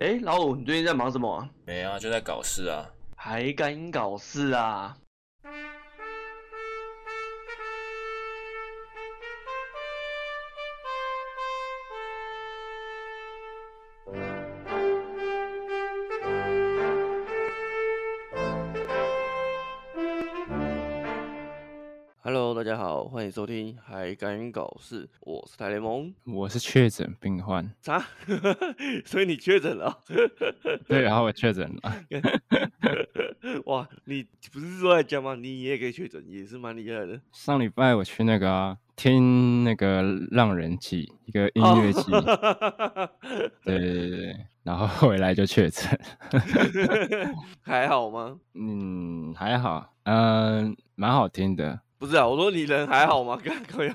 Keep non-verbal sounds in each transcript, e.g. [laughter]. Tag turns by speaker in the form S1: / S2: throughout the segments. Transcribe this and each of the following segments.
S1: 哎，老五，你最近在忙什么啊？
S2: 没啊，就在搞事啊。
S1: 还敢搞事啊？
S3: Hello，大家好，欢迎收听《还敢搞事》，我是台联盟。
S4: 我是确诊病患，
S3: 啥？ [laughs] 所以你确诊了？ [laughs]
S4: 对，然后我确诊了，
S3: 哇，你不是说在家吗？你也可以确诊，也是蛮厉害的。
S4: 上礼拜我去那个、啊、听那个浪人祭，一个
S3: 哦
S4: 音
S3: [laughs]
S4: 乐祭，对对对对，然后回来就确诊， [laughs]
S3: 还好吗？
S4: 嗯，还好，嗯、蛮好听的，
S3: 不是啊，我说你人还好吗？ [laughs] 刚刚要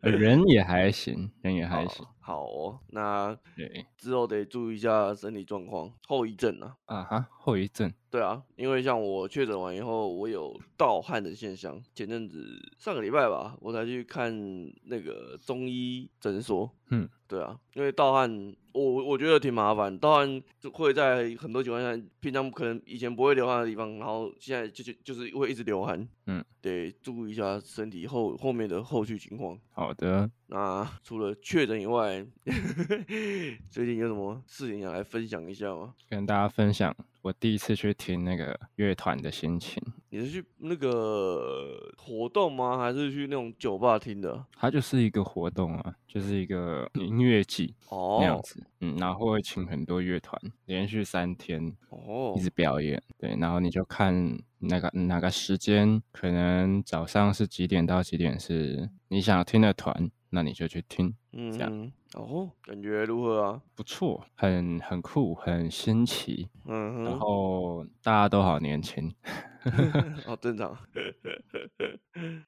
S4: 呃人也还行，人也 [laughs] 还行，
S3: 好哦，那
S4: 对
S3: 之后得注意一下身体状况，后遗症啊。
S4: 啊哈，后遗症，
S3: 对啊，因为像我确诊完以后，我有盗汗的现象。前阵子上个礼拜吧，我才去看那个中医诊所。
S4: 嗯，
S3: 对啊，因为盗汗，我我觉得挺麻烦。盗汗就会在很多情况下，平常可能以前不会流汗的地方，然后现在就就就是会一直流汗。
S4: 嗯，
S3: 得注意一下身体后后面的后续情况。
S4: 好的，
S3: 那除了确诊以外， [laughs] 最近有什么事情想来分享一下吗？
S4: 跟大家分享我第一次去听那个乐团的心情，
S3: 你是去那个活动吗？还是去那种酒吧听的？
S4: 它就是一个活动啊，就是一个音乐季那样
S3: 哦
S4: 子，嗯，然后会请很多乐团，连续三天，
S3: 哦
S4: 一，直表演，对，然后你就看哪个哪个时间，可能早上是几点到几点是你想听的团，那你就去听，
S3: 嗯
S4: 样
S3: 哼，哦，感觉如何啊？
S4: 不错，很很酷，很新奇，
S3: 嗯
S4: 然
S3: 哼，
S4: 后大家都好年轻，
S3: [laughs] 好正常，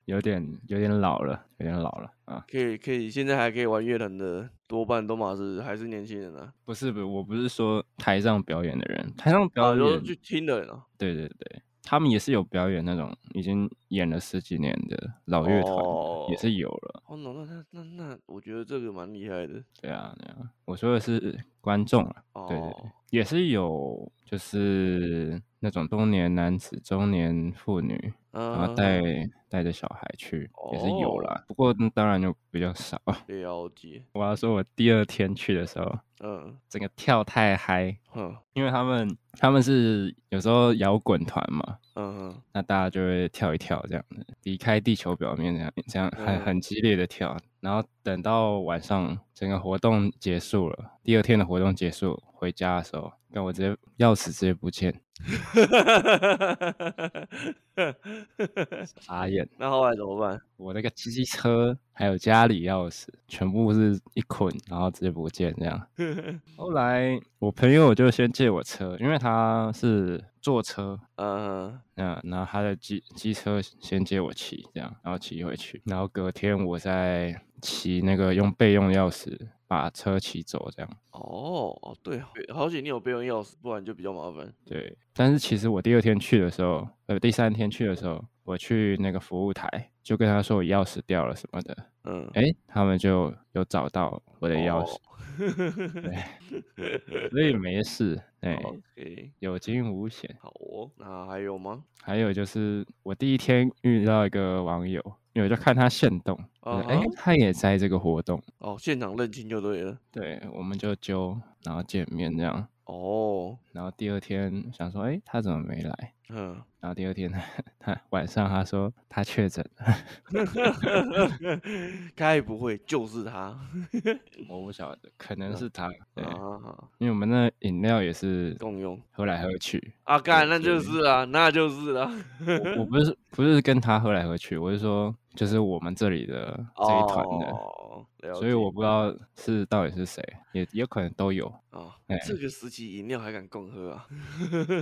S4: 有点有点老了，有点老了啊，
S3: 可以可以，现在还可以玩乐团的，多半都嘛是还是年轻人啊，
S4: 不是不是，我不是说台上表演的人，台上
S3: 啊，
S4: 表演，
S3: 都去听的人啊。
S4: 对对对。他们也是有表演那种已经演了十几年的老乐团的，也
S3: 哦
S4: 是有了。
S3: 哦，那那那那，我觉得这个蛮厉害的。
S4: 对啊，对啊，我说的是观众啊，
S3: 哦，
S4: 对对对，也是有，就是那种中年男子、中年妇女，然后
S3: 啊，
S4: 带带着小孩去，也是有
S3: 哦
S4: 啦。不过当然就比较少。
S3: 了解，
S4: 我要说，我第二天去的时候，
S3: 嗯
S4: 整个跳太嗨，
S3: 哼，
S4: 因为他们他们是有时候摇滚团嘛，
S3: 嗯
S4: [laughs]
S3: 哼， [laughs]
S4: 那大家就会跳一跳这样子，离开地球表面这样这样很
S3: 嗯
S4: 很激烈的跳，然后等到晚上整个活动结束了，第二天的活动结束回家的时候，跟我直接钥匙直接不见，傻眼！
S3: 那后来怎么办？ [laughs]
S4: 我那个机车还有家里钥匙全部是一捆，然后直接不见这样。后来我朋友就先借我车，因为他是坐车，
S3: 嗯哼，
S4: 嗯，然后他的机机车先接我骑，这样，然后骑回去，然后隔天我再骑那个用备用钥匙把车骑走，这样。
S3: 哦哦，对哦，对好险你有备用钥匙，不然就比较麻烦。
S4: 对，但是其实我第二天去的时候，呃，第三天去的时候，我去那个服务台，就跟他说我钥匙掉了什么的，
S3: 嗯，
S4: 诶，他们就有找到我的哎钥匙，
S3: 哦
S4: 所以没事，哎、
S3: o k
S4: 有惊无险。
S3: 好哦，那还有吗？
S4: 还有就是我第一天遇到一个网友，因为我就看他现动，哎、
S3: 啊
S4: 诶
S3: 哈
S4: 他也在这个活动。
S3: 哦，现场认亲就对了。
S4: 对，我们就揪，然后见面这样。
S3: 哦，
S4: 然后第二天想说，哎，他怎么没来？
S3: 嗯， [laughs]
S4: 然后第二天 [laughs] 他晚上他说他确诊了，
S3: 该不会就是他啊？
S4: 我不晓得，可能是他。嗯对，
S3: 好
S4: 因为我们那饮料也是
S3: 共用，
S4: 喝来喝 [laughs] 去
S3: 啊，干，那
S4: 对
S3: 就
S4: 对
S3: 是啦，那就是啦。
S4: 我我不是不是跟他喝来喝去，我是说就是我们这里的 [laughs] 这一团的，
S3: 哦，了
S4: 所以
S3: 解
S4: 我不知道是到底是谁，也也可能都 [laughs] 有。
S3: 啊
S4: 哎，
S3: 这个时期饮料还敢共喝啊？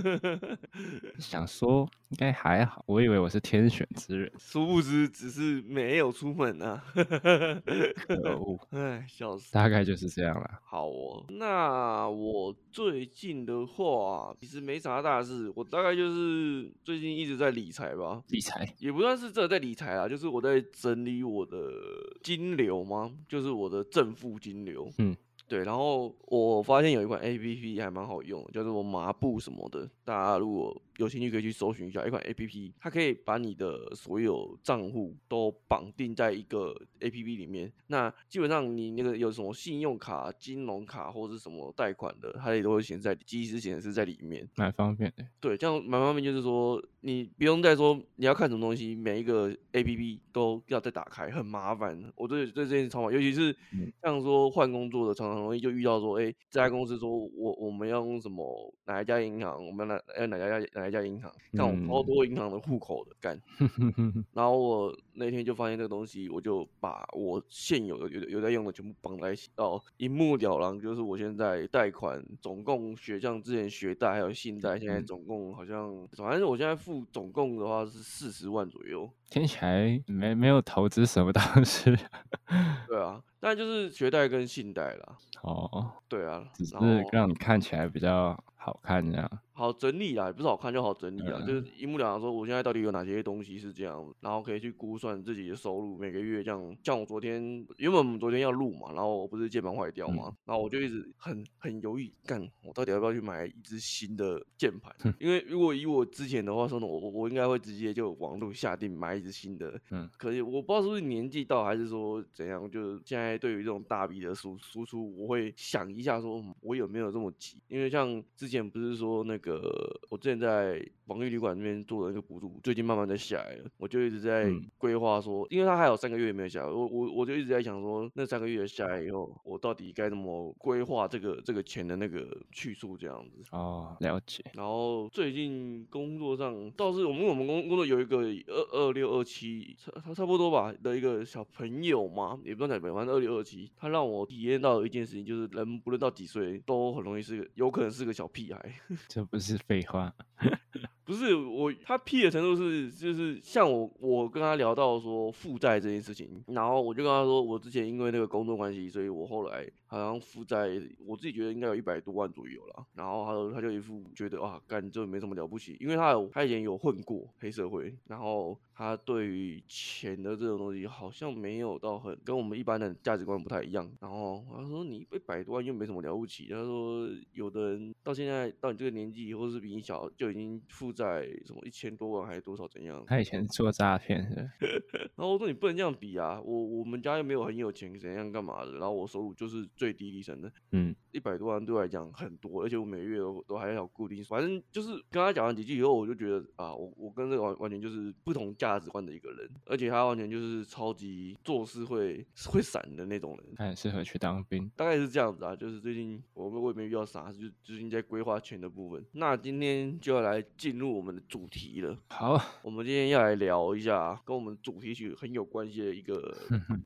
S3: [laughs]
S4: 想说应该还好，我以为我是天选之人，
S3: 殊不知只是没有出门啊。 [laughs]
S4: 可恶， [laughs]
S3: 哎，笑死。
S4: 大概就是这样啦。
S3: 好哦，那我最近的话，其实没啥大事，我大概就是最近一直在理财吧，
S4: 理财
S3: 也不算是真的在理财啦，就是我在整理我的金流吗？就是我的正负金流。
S4: 嗯，
S3: 对，然后我发现有一款 A P P 还蛮好用的，叫做麻布什么的。大家如果有兴趣，可以去搜寻一下一款 A P P，它可以把你的所有账户都绑定在一个 A P P 里面。那基本上你那个有什么信用卡、金融卡或是什么贷款的，它也都会显示在即时显示在里面。
S4: 蛮方便的。 [laughs]
S3: 对，这样蛮方便，就是说你不用再说你要看什么东西，每一个 A P P 都要再打开，很麻烦。我对对这件事超麻烦，尤其是
S4: 嗯
S3: 像说换工作的，常常容易就遇到说，哎、这家公司说我我们要用什么哪一家银行，我们要哪要哪家哪一家银行，像我超
S4: 嗯
S3: 多银行的户口的干。然后我那天就发现这个东西，我就把我现有的有有在用的全部绑在一起，哦，一目了然。就是我现在贷款总共学像之前学贷还有信贷，现在
S4: 嗯
S3: 总共好像反正我现在付总共的话是四十万左右。
S4: 听起来没没有投资什么东西 [laughs]
S3: 对啊，但就是学贷跟信贷啦。
S4: 哦，
S3: 对啊
S4: 只，是
S3: 然后
S4: 让你看起来比较好看这样。
S3: 好整理啦，也不是好看就好整理啦，啊
S4: 嗯
S3: 就是一目了然说我现在到底有哪些东西是这样，然后可以去估算自己的收入每个月这样。像我昨天原本我们昨天要录嘛，然后我不是键盘坏掉
S4: 嗯
S3: 嘛，然后我就一直很很犹豫，干我到底要不要去买一只新的键盘？因为如果以我之前的话说呢，我我我应该会直接就网络下定买一只新的，
S4: 嗯，
S3: 可以，我不知道是不是年纪到，还是说怎样，就是现在对于这种大笔的输输出，我会想一下说，嗯我有没有这么急？因为像之前不是说那个，我之前在防疫旅馆那边做的那个补助，最近慢慢在下来了，我就一直在
S4: 嗯
S3: 规划说，因为它还有三个月没有下来，我我我就一直在想说，那三个月下来以后，我到底该怎么规划这个这个钱的那个去处这样子。
S4: 哦，了解。
S3: 然后最近工作上倒是我们我们工工作有一个二二六二七差差差不多吧的一个小朋友嘛，也不算小朋友，反正二六二七，他让我体验到一件事情，就是人不论到几岁都很容易是个有可能是个小屁孩。
S4: 这不是废话。
S3: 不是我，他屁的程度是，就是像我，我跟他聊到说负债这件事情，然后我就跟他说，我之前因为那个工作关系，所以我后来好像负债，我自己觉得应该有一百多万左右了。然后他就他就一副觉得啊，干这没什么了不起，因为他有他以前有混过黑社会，然后他对于钱的这种东西好像没有到很跟我们一般的价值观不太一样。然后他说你一百多万又没什么了不起，他说有的人到现在到你这个年纪，或是比你小就已经负债什么一千多万还是多少怎样。
S4: 他以前是做诈骗是不是？
S3: 然后我说你不能这样比啊，我我们家又没有很有钱，怎样干嘛的，然后我收入就是最低低层的，
S4: 嗯，
S3: 一百多万对我来讲很多，而且我每个月都都还要固定，反正就是跟他讲完几句以后，我就觉得啊，我我跟这个完完全就是不同价值观的一个人，而且他完全就是超级做事会会闪的那种人。
S4: 他很适合去当兵。
S3: 大概是这样子啊，就是最近我们我也没遇到啥，就是最近在规划钱的部分。那今天就要来进入我们的主题了。
S4: 好，
S3: 我们今天要来聊一下跟我们主题曲很有关系的一个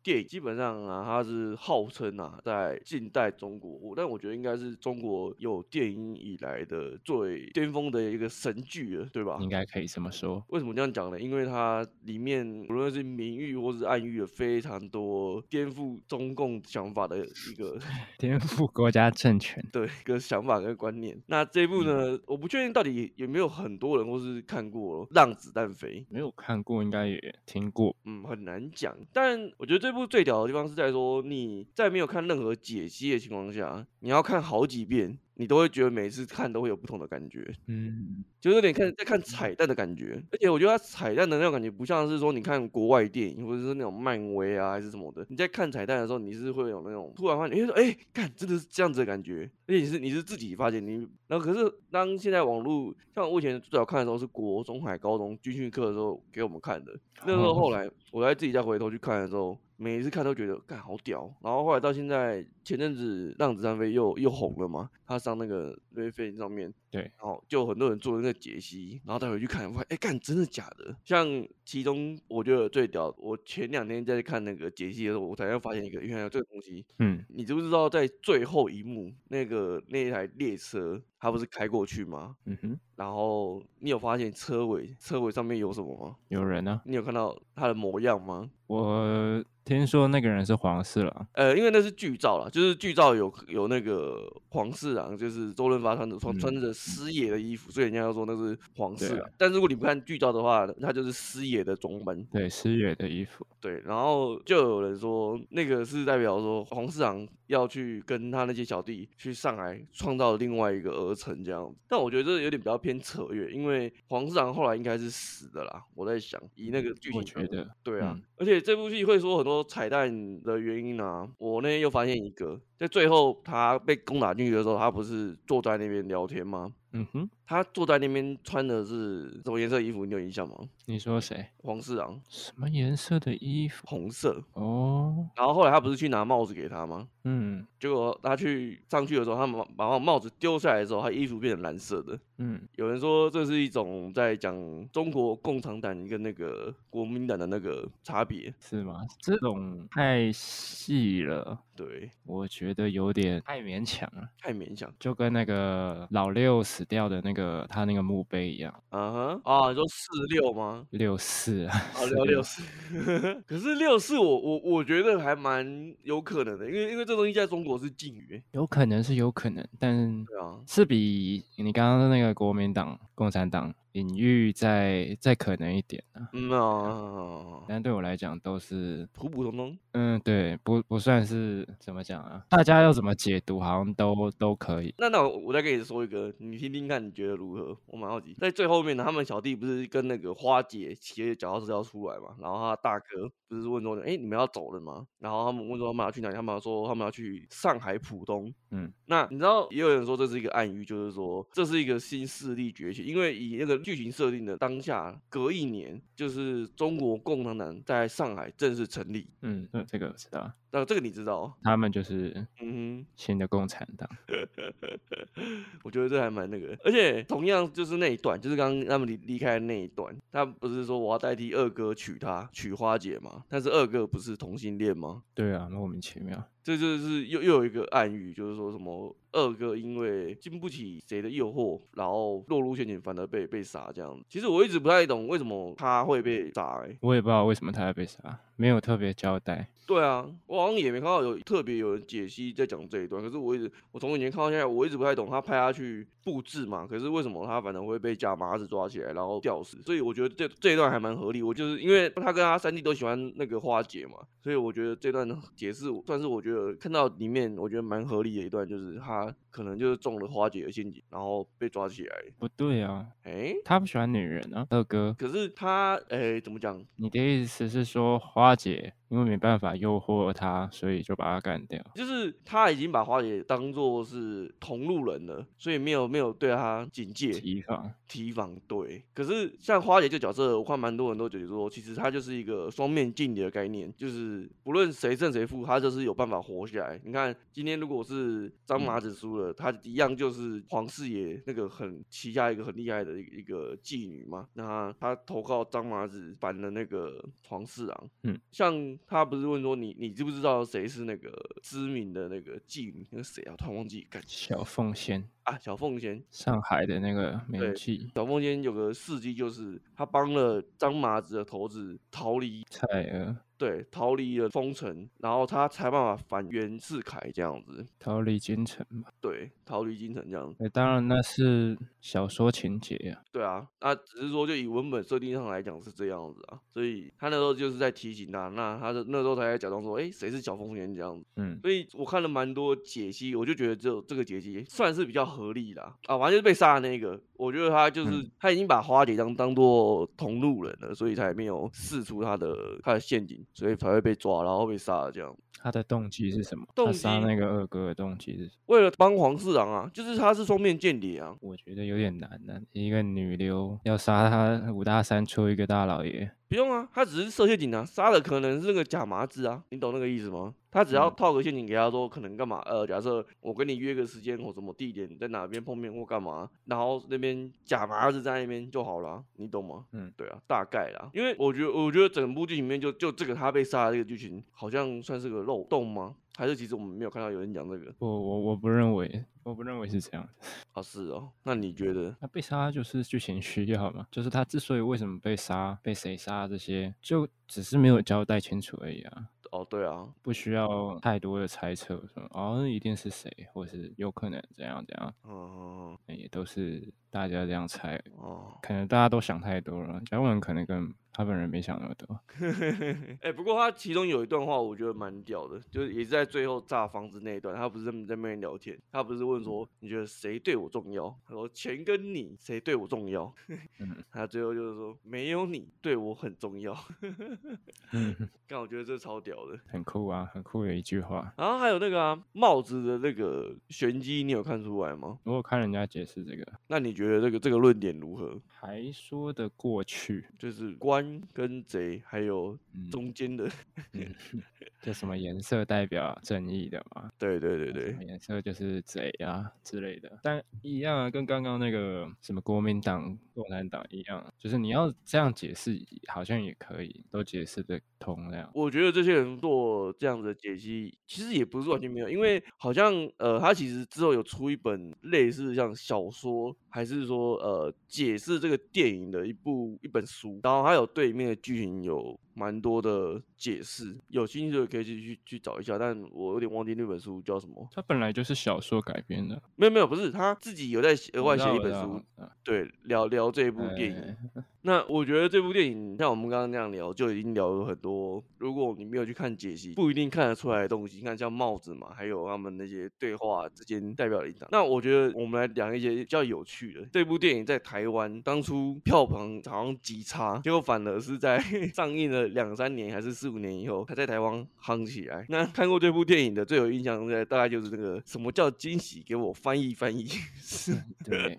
S3: 电影，基本上啊，它是号称啊，在近代中国，我但我觉得应该是中国有电影以来的最巅峰的一个神剧了，对吧？
S4: 应该可以这么说。
S3: 为什么这样讲呢？因为它里面无论是明喻或是暗喻了非常多颠覆中共想法的一个
S4: 颠覆国家政权。
S3: 对一个想法跟观念。那这一部呢，我不确定到底有没有很多人或是看过《让子弹飞》。
S4: 没有看过，应该也听过。
S3: 嗯，很难讲。但我觉得这部最屌的地方是在说，你在没有看任何解析的情况下，你要看好几遍，你都会觉得每次看都会有不同的感觉，
S4: 嗯，
S3: 就有点看在看彩蛋的感觉。而且我觉得它彩蛋的那种感觉，不像是说你看国外电影或者是那种漫威啊还是什么的，你在看彩蛋的时候，你是会有那种突然发现，哎、说，哎、看真的是这样子的感觉。而且你是你是自己发现你，然后可是当现在网络像我以前最早看的时候是国中还高中军训课的时候给我们看的，那时候
S4: 哦
S3: 后来我在自己再回头去看的时候，每一次看都觉得干好屌。哦然后后来到现在，前阵子《让子弹飞又》又红了嘛，他上那个 r e f i 上面，
S4: 对
S3: 然后就有很多人做那个解析，然后再回去看，发现哎干真的假的？像其中我觉得最屌，我前两天在看那个解析的时候，我才又发现一个，原来有这个东西，
S4: 嗯，
S3: 你知不知道在最后一幕那个那一台列车它不是开过去吗？
S4: 嗯哼，
S3: 然后你有发现车尾车尾上面有什么吗？
S4: 有人呢、
S3: 你有看到他的模样吗？
S4: 我听说那个人是黄四郎，
S3: 呃，因啊为那是剧照啦，就是剧照有有那个黄四郎，就是周润发穿着穿
S4: 嗯
S3: 穿着师爷的衣服，所以人家要说那是皇室
S4: 对
S3: 啊。但如果你不看剧照的话，它就是师爷的中门。
S4: 对，师爷的衣服，
S3: 对，然后就有人说，那个是代表说黄市长要去跟他那些小弟去上海创造另外一个儿城这样。但我觉得这有点比较偏扯远，因为黄市长后来应该是死的啦。我在想，以那个剧情
S4: 我
S3: 来
S4: 觉得
S3: 对啊，
S4: 嗯
S3: 而且这部戏会说很多彩蛋的原因啊，我那天又发现一个，在最后他被攻打进去的时候，他不是坐在那边聊天吗？
S4: 嗯哼，
S3: 他坐在那边穿的是什么颜色的衣服？你有印象吗？
S4: 你说谁？
S3: 黄四郎，
S4: 什么颜色的衣服？
S3: 红色。
S4: 哦，
S3: 然后后来他不是去拿帽子给他吗？
S4: 嗯
S3: 结果他去上去的时候，他把把帽子丢下来的时候，他衣服变成蓝色的。
S4: 嗯，
S3: 有人说这是一种在讲中国共产党跟那个国民党的那个差别。
S4: 是吗？这种太细了，
S3: 对，
S4: 我觉得有点太勉强了，
S3: 太勉强。
S4: 就跟那个老六死掉的那个他那个墓碑一样，
S3: 啊哈啊，你说四六吗？
S4: 六四啊， [laughs]
S3: 啊，六六四， [laughs] 可是六四我我我觉得还蛮有可能的，因为因为这东西在中国是禁语欸，
S4: 有可能是有可能，但
S3: 对啊，
S4: 是比你刚刚的那个国民党、共产党隐喻再再可能一点啊。
S3: 嗯啊，
S4: 但对我来讲都是，
S3: 普普通通，
S4: 嗯，对，不不算是怎么讲啊，大家要怎么解读好像都都可以。
S3: 那那我我再跟你说一个，你听听看，你觉得如何？我蛮好奇，在最后面呢，他们小弟不是跟那个花姐骑着脚踏车要出来嘛，然后他大哥不是问说，哎、你们要走了吗？然后他们问说他们要去哪里，他们要说他们要去上海浦东。
S4: 嗯，
S3: 那你知道也有人说这是一个暗喻，就是说这是一个新势力崛起，因为以那个剧情设定的当下，隔一年就是中国共产党在上海正式成立。
S4: 嗯，这这个我知道，
S3: 那这个你知道？
S4: 他们就是
S3: 嗯哼。
S4: 新的共产党。
S3: [laughs] 我觉得这还蛮那个的，而且同样就是那一段，就是刚刚他们离离开的那一段，他不是说我要代替二哥娶她，娶花姐嘛？但是二哥不是同性恋吗？
S4: 对啊，莫名其妙。
S3: 这就是又又有一个暗语，就是说什么二哥因为经不起谁的诱惑，然后落入陷阱，反而被被杀这样子。其实我一直不太懂为什么他会被杀、欸，
S4: 我也不知道为什么他要被杀，没有特别交代。
S3: 对啊，我好像也没看到有特别有人解析在讲这一段，可是我一直我从以前看到现在，我一直不太懂他派他去布置嘛，可是为什么他反而会被假麻子抓起来然后吊死？所以我觉得这这一段还蛮合理。我就是因为他跟他三弟都喜欢那个花姐嘛，所以我觉得这段解释算是我觉得看到里面我觉得蛮合理的一段，就是他可能就是中了花姐的陷阱，然后被抓起来。
S4: 不对啊，
S3: 诶，
S4: 他不喜欢女人啊，二哥。
S3: 可是他诶怎么讲？
S4: 你的意思是说，花姐因为没办法诱惑他，所以就把他干掉？
S3: 就是他已经把花姐当做是同路人了，所以没有没有对他警戒
S4: 提防。
S3: 提防。对，可是像花姐这角色，我看蛮多人都觉得说，其实她就是一个双面劲敌的概念，就是不论谁胜谁负，她就是有办法活下来。你看今天如果是张麻子输了，她一样就是黄四爷那个很旗下一个很厉害的一个一个妓女嘛，那她投靠张麻子反了那个黄四郎，像他不是问说你你知不知道谁是那个知名的那个妓女？那个谁啊？突然忘记，感觉
S4: 小凤仙，
S3: 啊，小凤仙。
S4: 上海的那个美
S3: 对
S4: 妓
S3: 小凤仙有个事迹，就是她帮了张麻子的头子逃离，
S4: 蔡娥
S3: 对，逃离了封城，然后她才办法反袁世凯这样子，
S4: 逃离京城嘛。
S3: 对，逃离京城这样子，
S4: 欸当然那是小说情节啊。
S3: 对啊，那只是说就以文本设定上来讲是这样子啊，所以他那时候就是在提醒他，那他的那时候才在假装说，诶，谁是小凤仙这样子。
S4: 嗯，
S3: 所以我看了蛮多解析，我就觉得这这个解析算是比较合理啦。啊，反正就是被杀的那个，我觉得他就是、
S4: 嗯
S3: 他已经把花姐当当做同路人了，所以才没有试出他的他的陷阱，所以才会被抓，然后被杀了这样。
S4: 他的动机是什么？
S3: 动
S4: 他杀
S3: 机
S4: 那个二哥的动机是什么？
S3: 为了帮黄四郎啊，就是他是双面间谍啊，
S4: 我觉得有点难呢、一个女流要杀他五大三粗一个大老爷，
S3: 不用啊，他只是设陷阱啊，杀的可能是那个假麻子啊，你懂那个意思吗？他只要
S4: 嗯
S3: 套个陷阱给他说，可能干嘛？呃，假设我跟你约个时间或什么地点，在哪边碰面或干嘛，然后那边假麻子在那边就好了，你懂吗？
S4: 嗯，
S3: 对啊，大概啦，因为我觉得，我觉得整部剧里面就就这个他被杀的这个剧情，好像算是个漏洞吗？还是其实我们没有看到有人讲这个
S4: 我我我不认为，我不认为是这样。
S3: 啊？是哦，那你觉得？
S4: 那被杀就是剧情需要嘛，就是他之所以为什么被杀、被谁杀这些，就只是没有交代清楚而已啊。
S3: 哦，对啊，
S4: 不需要太多的猜测，说哦那一定是谁，或是有可能怎样怎样，
S3: 嗯，
S4: 那也都是大家这样猜，
S3: 哦，
S4: 可能大家都想太多了。甲骨文可能跟他本人没想那么多，
S3: 哎、不过他其中有一段话，我觉得蛮屌的，就是也是在最后炸房子那一段，他不是在在那边聊天，他不是问
S4: 嗯
S3: 说你觉得谁对我重要？他说钱跟你谁对我重要？
S4: [laughs] 嗯
S3: 他最后就是说没有你对我很重要。 [laughs]
S4: 嗯，
S3: 但我觉得这超屌的。
S4: 很酷啊，很酷的一句话。
S3: 然后还有那个啊，帽子的那个玄机，你有看出来吗？
S4: 我有看人家解释这个，
S3: 那你觉得这个这个论点如何？
S4: 还说得过去，
S3: 就是官跟贼，还有
S4: 嗯，
S3: 中间的， [laughs]
S4: 就什么颜色代表正义的嘛，
S3: 对对对
S4: 什
S3: 对
S4: 么，颜色就是贼啊之类的。但一样啊，跟刚刚那个什么国民党、共产党一样，啊就是你要这样解释，好像也可以，都解释得通那样。
S3: 我觉得这些人做这样子的解析，其实也不是完全没有，因为好像呃，他其实之后有出一本类似像小说，还是说呃解释这个电影的一部一本书，然后他有对里面的剧情有蛮多的解释，有兴趣的可以去去去找一下，但我有点忘记那本书叫什么。
S4: 它本来就是小说改编的，
S3: 没有没有，不是他自己有在写额
S4: 哦我
S3: 外
S4: 知
S3: 写
S4: 道
S3: 一
S4: 我
S3: 本
S4: 知道
S3: 书，
S4: 嗯
S3: 对，聊聊这部电影。
S4: 呃
S3: 那我觉得这部电影像我们刚刚那样聊，就已经聊了很多。如果你没有去看解析，不一定看得出来的东西。你看像帽子嘛，还有他们那些对话之间代表的影响。那我觉得我们来讲一些比较有趣的。这部电影在台湾当初票房好像极差，结果反而是在 [laughs] 上映了两三年还是四五年以后，它在台湾夯起来。那看过这部电影的最有印象的，大概就是那个什么叫惊喜，给我翻译翻译。 [laughs] 是
S4: 嗯对，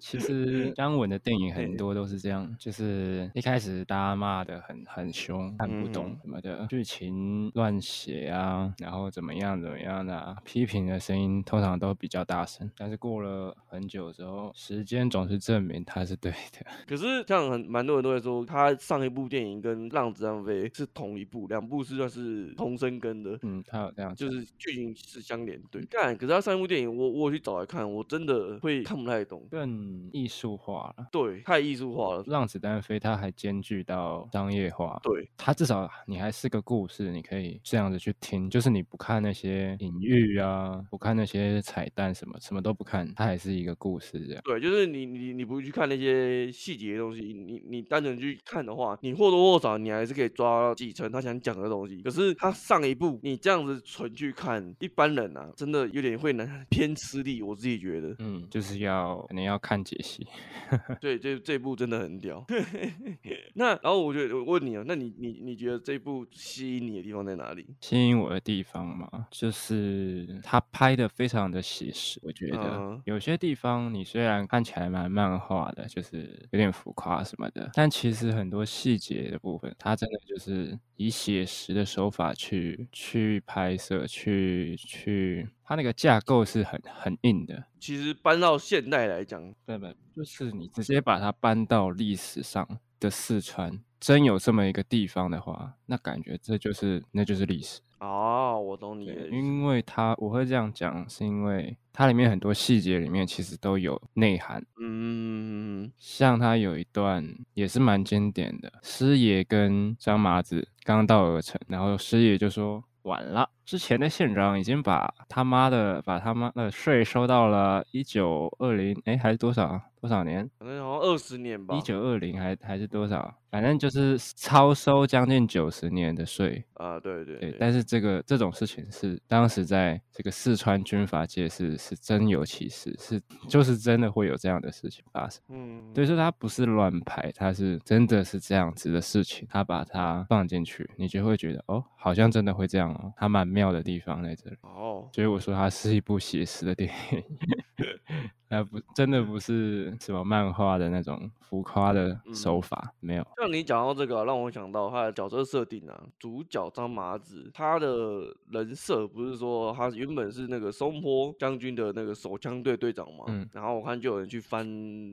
S4: 其实姜文的电影很多都是这样，就是一开始大家骂的很
S3: [laughs]
S4: 很凶，看不懂
S3: 嗯
S4: 什么的，剧情乱写啊，然后怎么样怎么样的、啊，批评的声音通常都比较大声。但是过了很久之后，时间总是证明他是对的。 [laughs]
S3: 可是像很蛮多人都会说，他上一部电影跟《浪子张飞》是同一部，两部是算是同生根的，
S4: 嗯，他有这样讲，
S3: 就是剧情是相连。对，但可是他上一部电影我，我有去找来看，我真的会看不太懂，
S4: 更艺术化了。
S3: 对，太艺术化了。
S4: 让子弹飞，它还兼具到商业化，
S3: 对，
S4: 它至少你还是个故事，你可以这样子去听，就是你不看那些隐喻啊，不看那些彩蛋什么，什么都不看，它还是一个故事这样。
S3: 对，就是你你你不去看那些细节的东西，你你单纯去看的话，你或多或少你还是可以抓到几成他想讲的东西。可是他上一部你这样子纯去看，一般人啊，真的有点会难偏吃力，我自己觉得。
S4: 嗯，就是要可能要看解析。
S3: 对，这这部真的很屌。那然后我觉得我问你啊，那你你你觉得这部吸引你的地方在哪里？
S4: 吸引我的地方嘛，就是他拍的非常的写实，我觉
S3: 嗯
S4: 得有些地方你虽然看起来蛮漫画的，就是有点浮夸什么的，但其实很多细节的部分，他真的就是以写实的手法去去拍摄，去去，他那个架构是很很硬的。
S3: 其实搬到现代来讲，
S4: 对吧？就是你直接把它搬到历史上的四川，真有这么一个地方的话，那感觉这就是那就是历史。
S3: 哦，我懂你的
S4: 对，
S3: 意思。
S4: 因为它我会这样讲，是因为它里面很多细节里面其实都有内涵。
S3: 嗯，
S4: 像它有一段也是蛮经典的，师爷跟张麻子刚到鹅城，然后师爷就说晚了，之前的县长已经把他妈的把他妈的税收到了一九二零，哎还是多少啊多少年？
S3: 反正好像二十年吧。
S4: 一九二零还还是多少？反正就是超收将近九十年的税。
S3: 啊，对对
S4: 对
S3: 对，，
S4: 但是这个这种事情是当时在这个四川军阀界是是真有其事，是就是真的会有这样的事情发生。
S3: 嗯，
S4: 对，所以它不是乱拍，它是真的是这样子的事情，他把它放进去，你就会觉得哦，好像真的会这样哦，它蛮妙的地方在这里。
S3: 哦，
S4: 所以我说它是一部写实的电影， [laughs] 它不真的不是什么漫画的那种浮夸的
S3: 嗯
S4: 手法，没有。
S3: 像你讲到这个啊、让我想到他的角色设定啊，主角张麻子，他的人设不是说他原本是那个松坡将军的那个手枪队队长嘛，
S4: 嗯
S3: 然后我看就有人去翻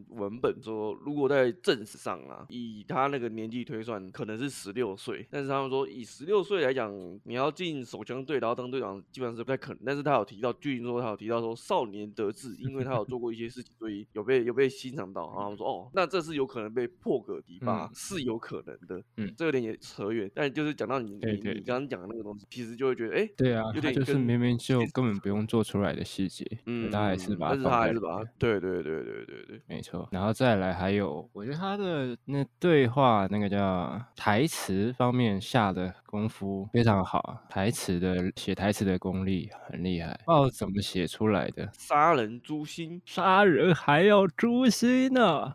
S3: 文本说，如果在正史上啊，以他那个年纪推算，可能是十六岁，但是他们说以十六岁来讲，你要进手枪队，然后当队长，基本上是不太可能。但是他有提到，剧情说他有提到说少年得志，因为他有做过过一些事情，所以有被有被欣赏到。然后他们说哦，那这是有可能被破格提拔，
S4: 嗯
S3: 是有可能的。
S4: 嗯
S3: 这有点也扯远，但就是讲到你
S4: 对对
S3: 你
S4: 对
S3: 你刚刚讲的那个东西，其实就会觉得哎，
S4: 对啊，
S3: 有
S4: 他
S3: 点
S4: 就是
S3: 跟
S4: 明明就
S3: 其实
S4: 根本不用做出来的细节，
S3: 嗯，
S4: 他还是把它
S3: 但是
S4: 放
S3: 他还
S4: 在
S3: 是
S4: 里
S3: 把它
S4: 面，
S3: 对对对对对对，
S4: 没错。然后再来还有，我觉得他的那对话那个叫台词方面下的功夫非常好，台词的写台词的功力很厉害，不知道怎么写出来的。
S3: 杀人诛心，
S4: 杀人还要诛心呢、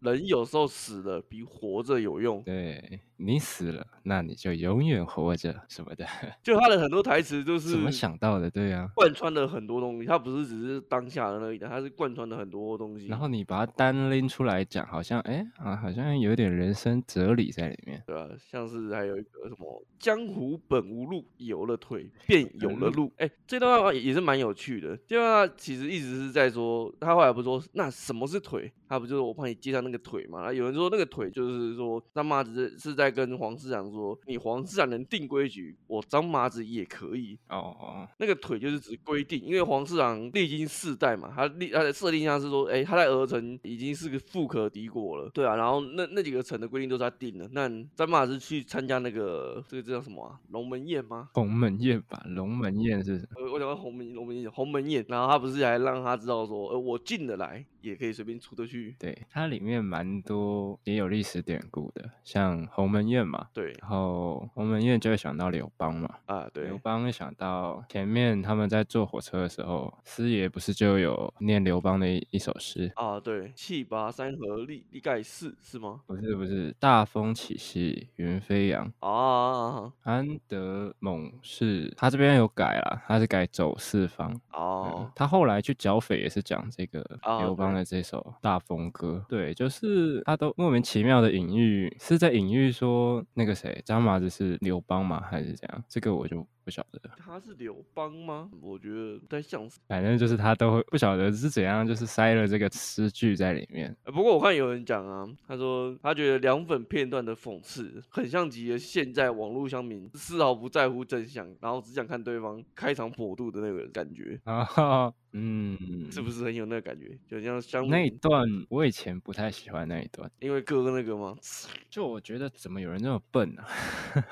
S3: 人有时候死了比活着有用。
S4: 对你死了，那你就永远活着什么的，
S3: 就他的很多台词都是
S4: 怎么想到的？对啊。
S3: 贯穿了很多东西，他不是只是当下的那一点，他是贯穿了很多东西。
S4: 然后你把它单拎出来讲，好像哎啊，好像有点人生哲理在里面。
S3: 对吧、像是还有一个什么“江湖本无路，有了腿便有了路”。哎，这段话也也是蛮有趣的。这段话其实一直是在说，他后来不是说那什么是腿？他不就是我帮你接上那个腿嘛？啊有人说那个腿就是说张麻子是是在跟黄市长说，你黄市长能定规矩，我张麻子也可以。
S4: 哦，
S3: 那个腿就是指规定，因为黄市长历经世代嘛，他立他的设定上是说，哎、他在鹅城已经是个富可敌国了，对啊，然后那那几个城的规定都是他定的。那詹马斯去参加那个这个这叫什么啊？龙门宴吗？呃
S4: 鸿门宴吧，龙门宴是什么
S3: 我我讲到鸿门龙门宴，鸿门宴，然后他不是还让他知道说，呃，我进得来，也可以随便出得去。
S4: 对，它里面蛮多也有历史典故的，像鸿门宴嘛，
S3: 对
S4: 然后鸿门宴就会想到刘邦嘛，
S3: 啊，对
S4: 刘，邦会想到前面他们在坐火车的时候，师爷不是就有念刘邦的一一首诗，
S3: 啊，对，气拔山河立立盖世是吗？
S4: 不是不是，大风起兮云飞扬，
S3: 啊啊
S4: 安得猛士。他这边有改啦，他是改走四方。
S3: 啊！
S4: 嗯
S3: 哦，
S4: 他后来去剿匪也是讲这个
S3: 哦
S4: 刘邦
S3: 对
S4: 的这首《大风歌》，对，就是他都莫名其妙的隐喻，是在隐喻说那个谁张麻子是刘邦吗？还是怎样？这个我就不晓得了，
S3: 他是刘邦吗？我觉得不太像是。
S4: 反正就是他都会不晓得是怎样，就是塞了这个诗句在里面。
S3: 呃不过我看有人讲啊，他说他觉得凉粉片段的讽刺很像极了现在网络乡民丝毫不在乎真相，然后只想看对方开场火度的那个感觉，
S4: 然后，嗯，
S3: [laughs] 是不是很有那个感觉？就像乡
S4: 那一
S3: 民
S4: 段我以前不太喜欢那一段，
S3: 因为割那个吗？ [laughs]
S4: 就我觉得怎么有人这么笨啊？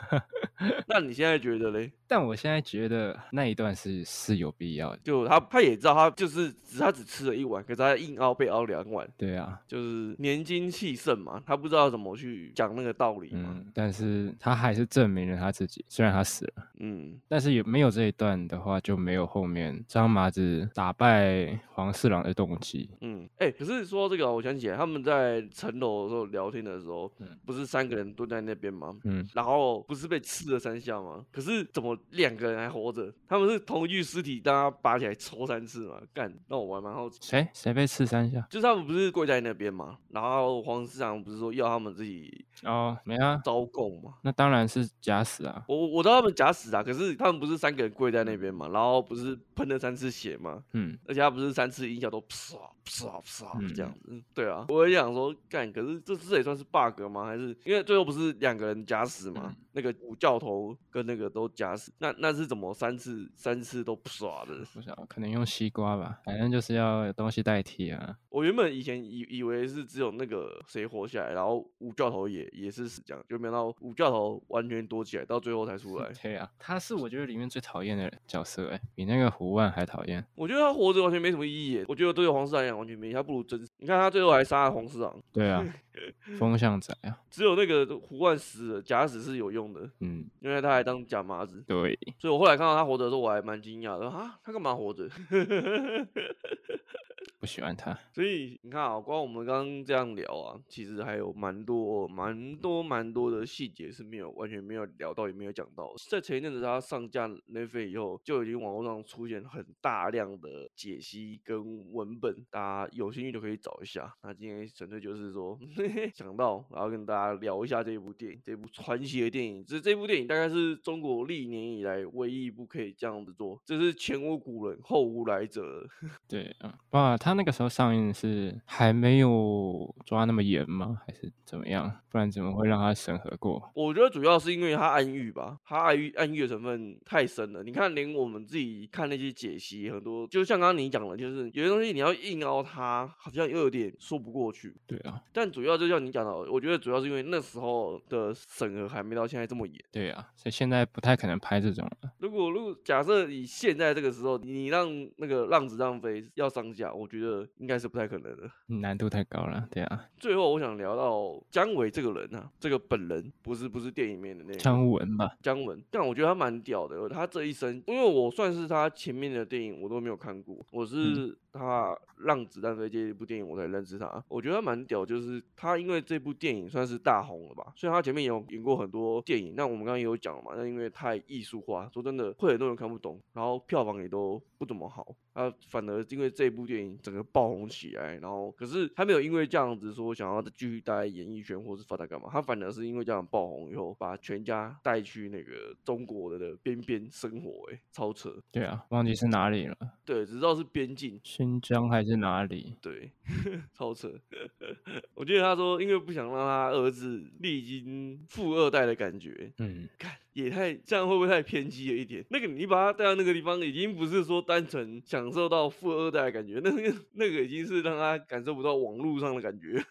S4: [laughs]
S3: 那你现在觉得嘞？
S4: 但我现在觉得那一段是是有必要的。
S3: 就他他也知道他就是只他只吃了一碗，可是他硬凹被凹两碗。
S4: 对啊，
S3: 就是年轻气盛嘛，他不知道怎么去讲那个道理嘛。
S4: 嗯，但是他还是证明了他自己，虽然他死了，
S3: 嗯，
S4: 但是也没有这一段的话，就没有后面张麻子打败黄四郎的动机。
S3: 嗯，哎、可是说到这个啊，我想起来，他们在城楼的时候聊天的时候，
S4: 嗯
S3: 不是三个人蹲在那边吗？
S4: 嗯，
S3: 然后不是被刺了三下吗？可是怎么两个人还活着？他们是同一具尸体，大家拔起来抽三次嘛？干，那我还蛮好奇。
S4: 谁谁被刺三下？
S3: 就是他们不是跪在那边嘛，然后黄市长不是说要他们自己
S4: 哦，没啊，
S3: 招供嘛？
S4: 那当然是假死啊。
S3: 我我知道他们假死啊，可是他们不是三个人跪在那边嘛，然后不是喷了三次血嘛？
S4: 嗯，
S3: 而且他不是三次音效都唰唰唰这样
S4: 嗯
S3: 子，对啊，我也想说干，可是这这也算是 bug 吗？还是因为最后不是两个人假死嘛？那个五教头跟那个都假死，那那是怎么三次三次都唰的？
S4: 我想可能用西瓜吧，反正就是要有东西代替啊。
S3: 我原本以前以以为是只有那个谁活下来，然后五教头也也是死这样，就没想到五教头完全躲起来，到最后才
S4: [laughs]
S3: 出来。
S4: 对啊，他是我觉得里面最讨厌的角色、欸，比那个胡万还讨厌。
S3: 我觉得他活着完全没什么意义耶，我觉得对黄市长来讲完全没意义，他不如真死。你看他最后还杀了黄市长，
S4: 对 [laughs] 啊，风向仔啊，
S3: 只有那个胡万死了，假死是有用的。
S4: 嗯，
S3: 因为他还当假麻子，
S4: 对，
S3: 所以我后来看到他活着的时候，我还蛮惊讶的啊，他干嘛活着？ [laughs]
S4: 不喜欢他。
S3: 所以你看啊，光我们刚刚这样聊啊，其实还有蛮多、蛮多、蛮多的细节是没有完全没有聊到，也没有讲到。在前一阵子它上架 n e t f 以后，就已经网络上出现很大量的解析跟文本，大家有兴趣就可以找一下。那今天纯粹就是说 [laughs] 想到，然后跟大家聊一下这一部电影，这部传奇的电影。这这部电影大概是中国历年以来唯一一部可以这样子做，这是前无古人后无来者的。
S4: 对啊，哇，他那个时候上映是还没有抓那么严吗？还是怎么样？不然怎么会让它审核过？
S3: 我觉得主要是因为他暗喻吧，他暗喻暗喻的成分太深了。你看，连我们自己看那些解析，很多就像刚刚你讲的，就是有些东西你要硬凹它，好像又有点说不过去。
S4: 对啊，
S3: 但主要就像你讲的，我觉得主要是因为那时候的审核还没到现在这么严。
S4: 对啊，所以现在不太可能拍这种了。
S3: 如果如果假设以现在这个时候，你让那个浪子浪飞要上架，我觉得应该是不太可能的。
S4: 难度太高了，对啊，
S3: 最后，我想聊到姜伟这个人啊，这个本人不是不是电影里面的那个
S4: 张文吧，
S3: 姜文，但我觉得他蛮屌的。他这一生，因为我算是他前面的电影我都没有看过，我是他《让子弹飞》这一部电影我才认识他。我觉得他蛮屌，就是他因为这部电影算是大红了吧，虽然他前面有演过很多电影，那我们刚刚也有讲了嘛，那因为太艺术化，说真的会很多人看不懂，然后票房也都不怎么好。他反而因为这部电影整个爆红起来，然后可是他没有因为这样子说想要继续待演艺圈或是发展干嘛，他反而是因为这样爆红以后，把全家带去那个中国的那边边生活、欸，超扯。
S4: 对啊，忘记是哪里了，
S3: 对，只知道是边境，
S4: 新疆还是哪里？
S3: 对， [laughs] 超扯。 [laughs] 我记得他说，因为不想让他儿子历经富二代的感觉，
S4: 嗯，
S3: 也太这样会不会太偏激了一点？那个你把他带到那个地方，已经不是说单纯享受到富二代的感觉，那个那个已经是让他感受不到网络上的感觉，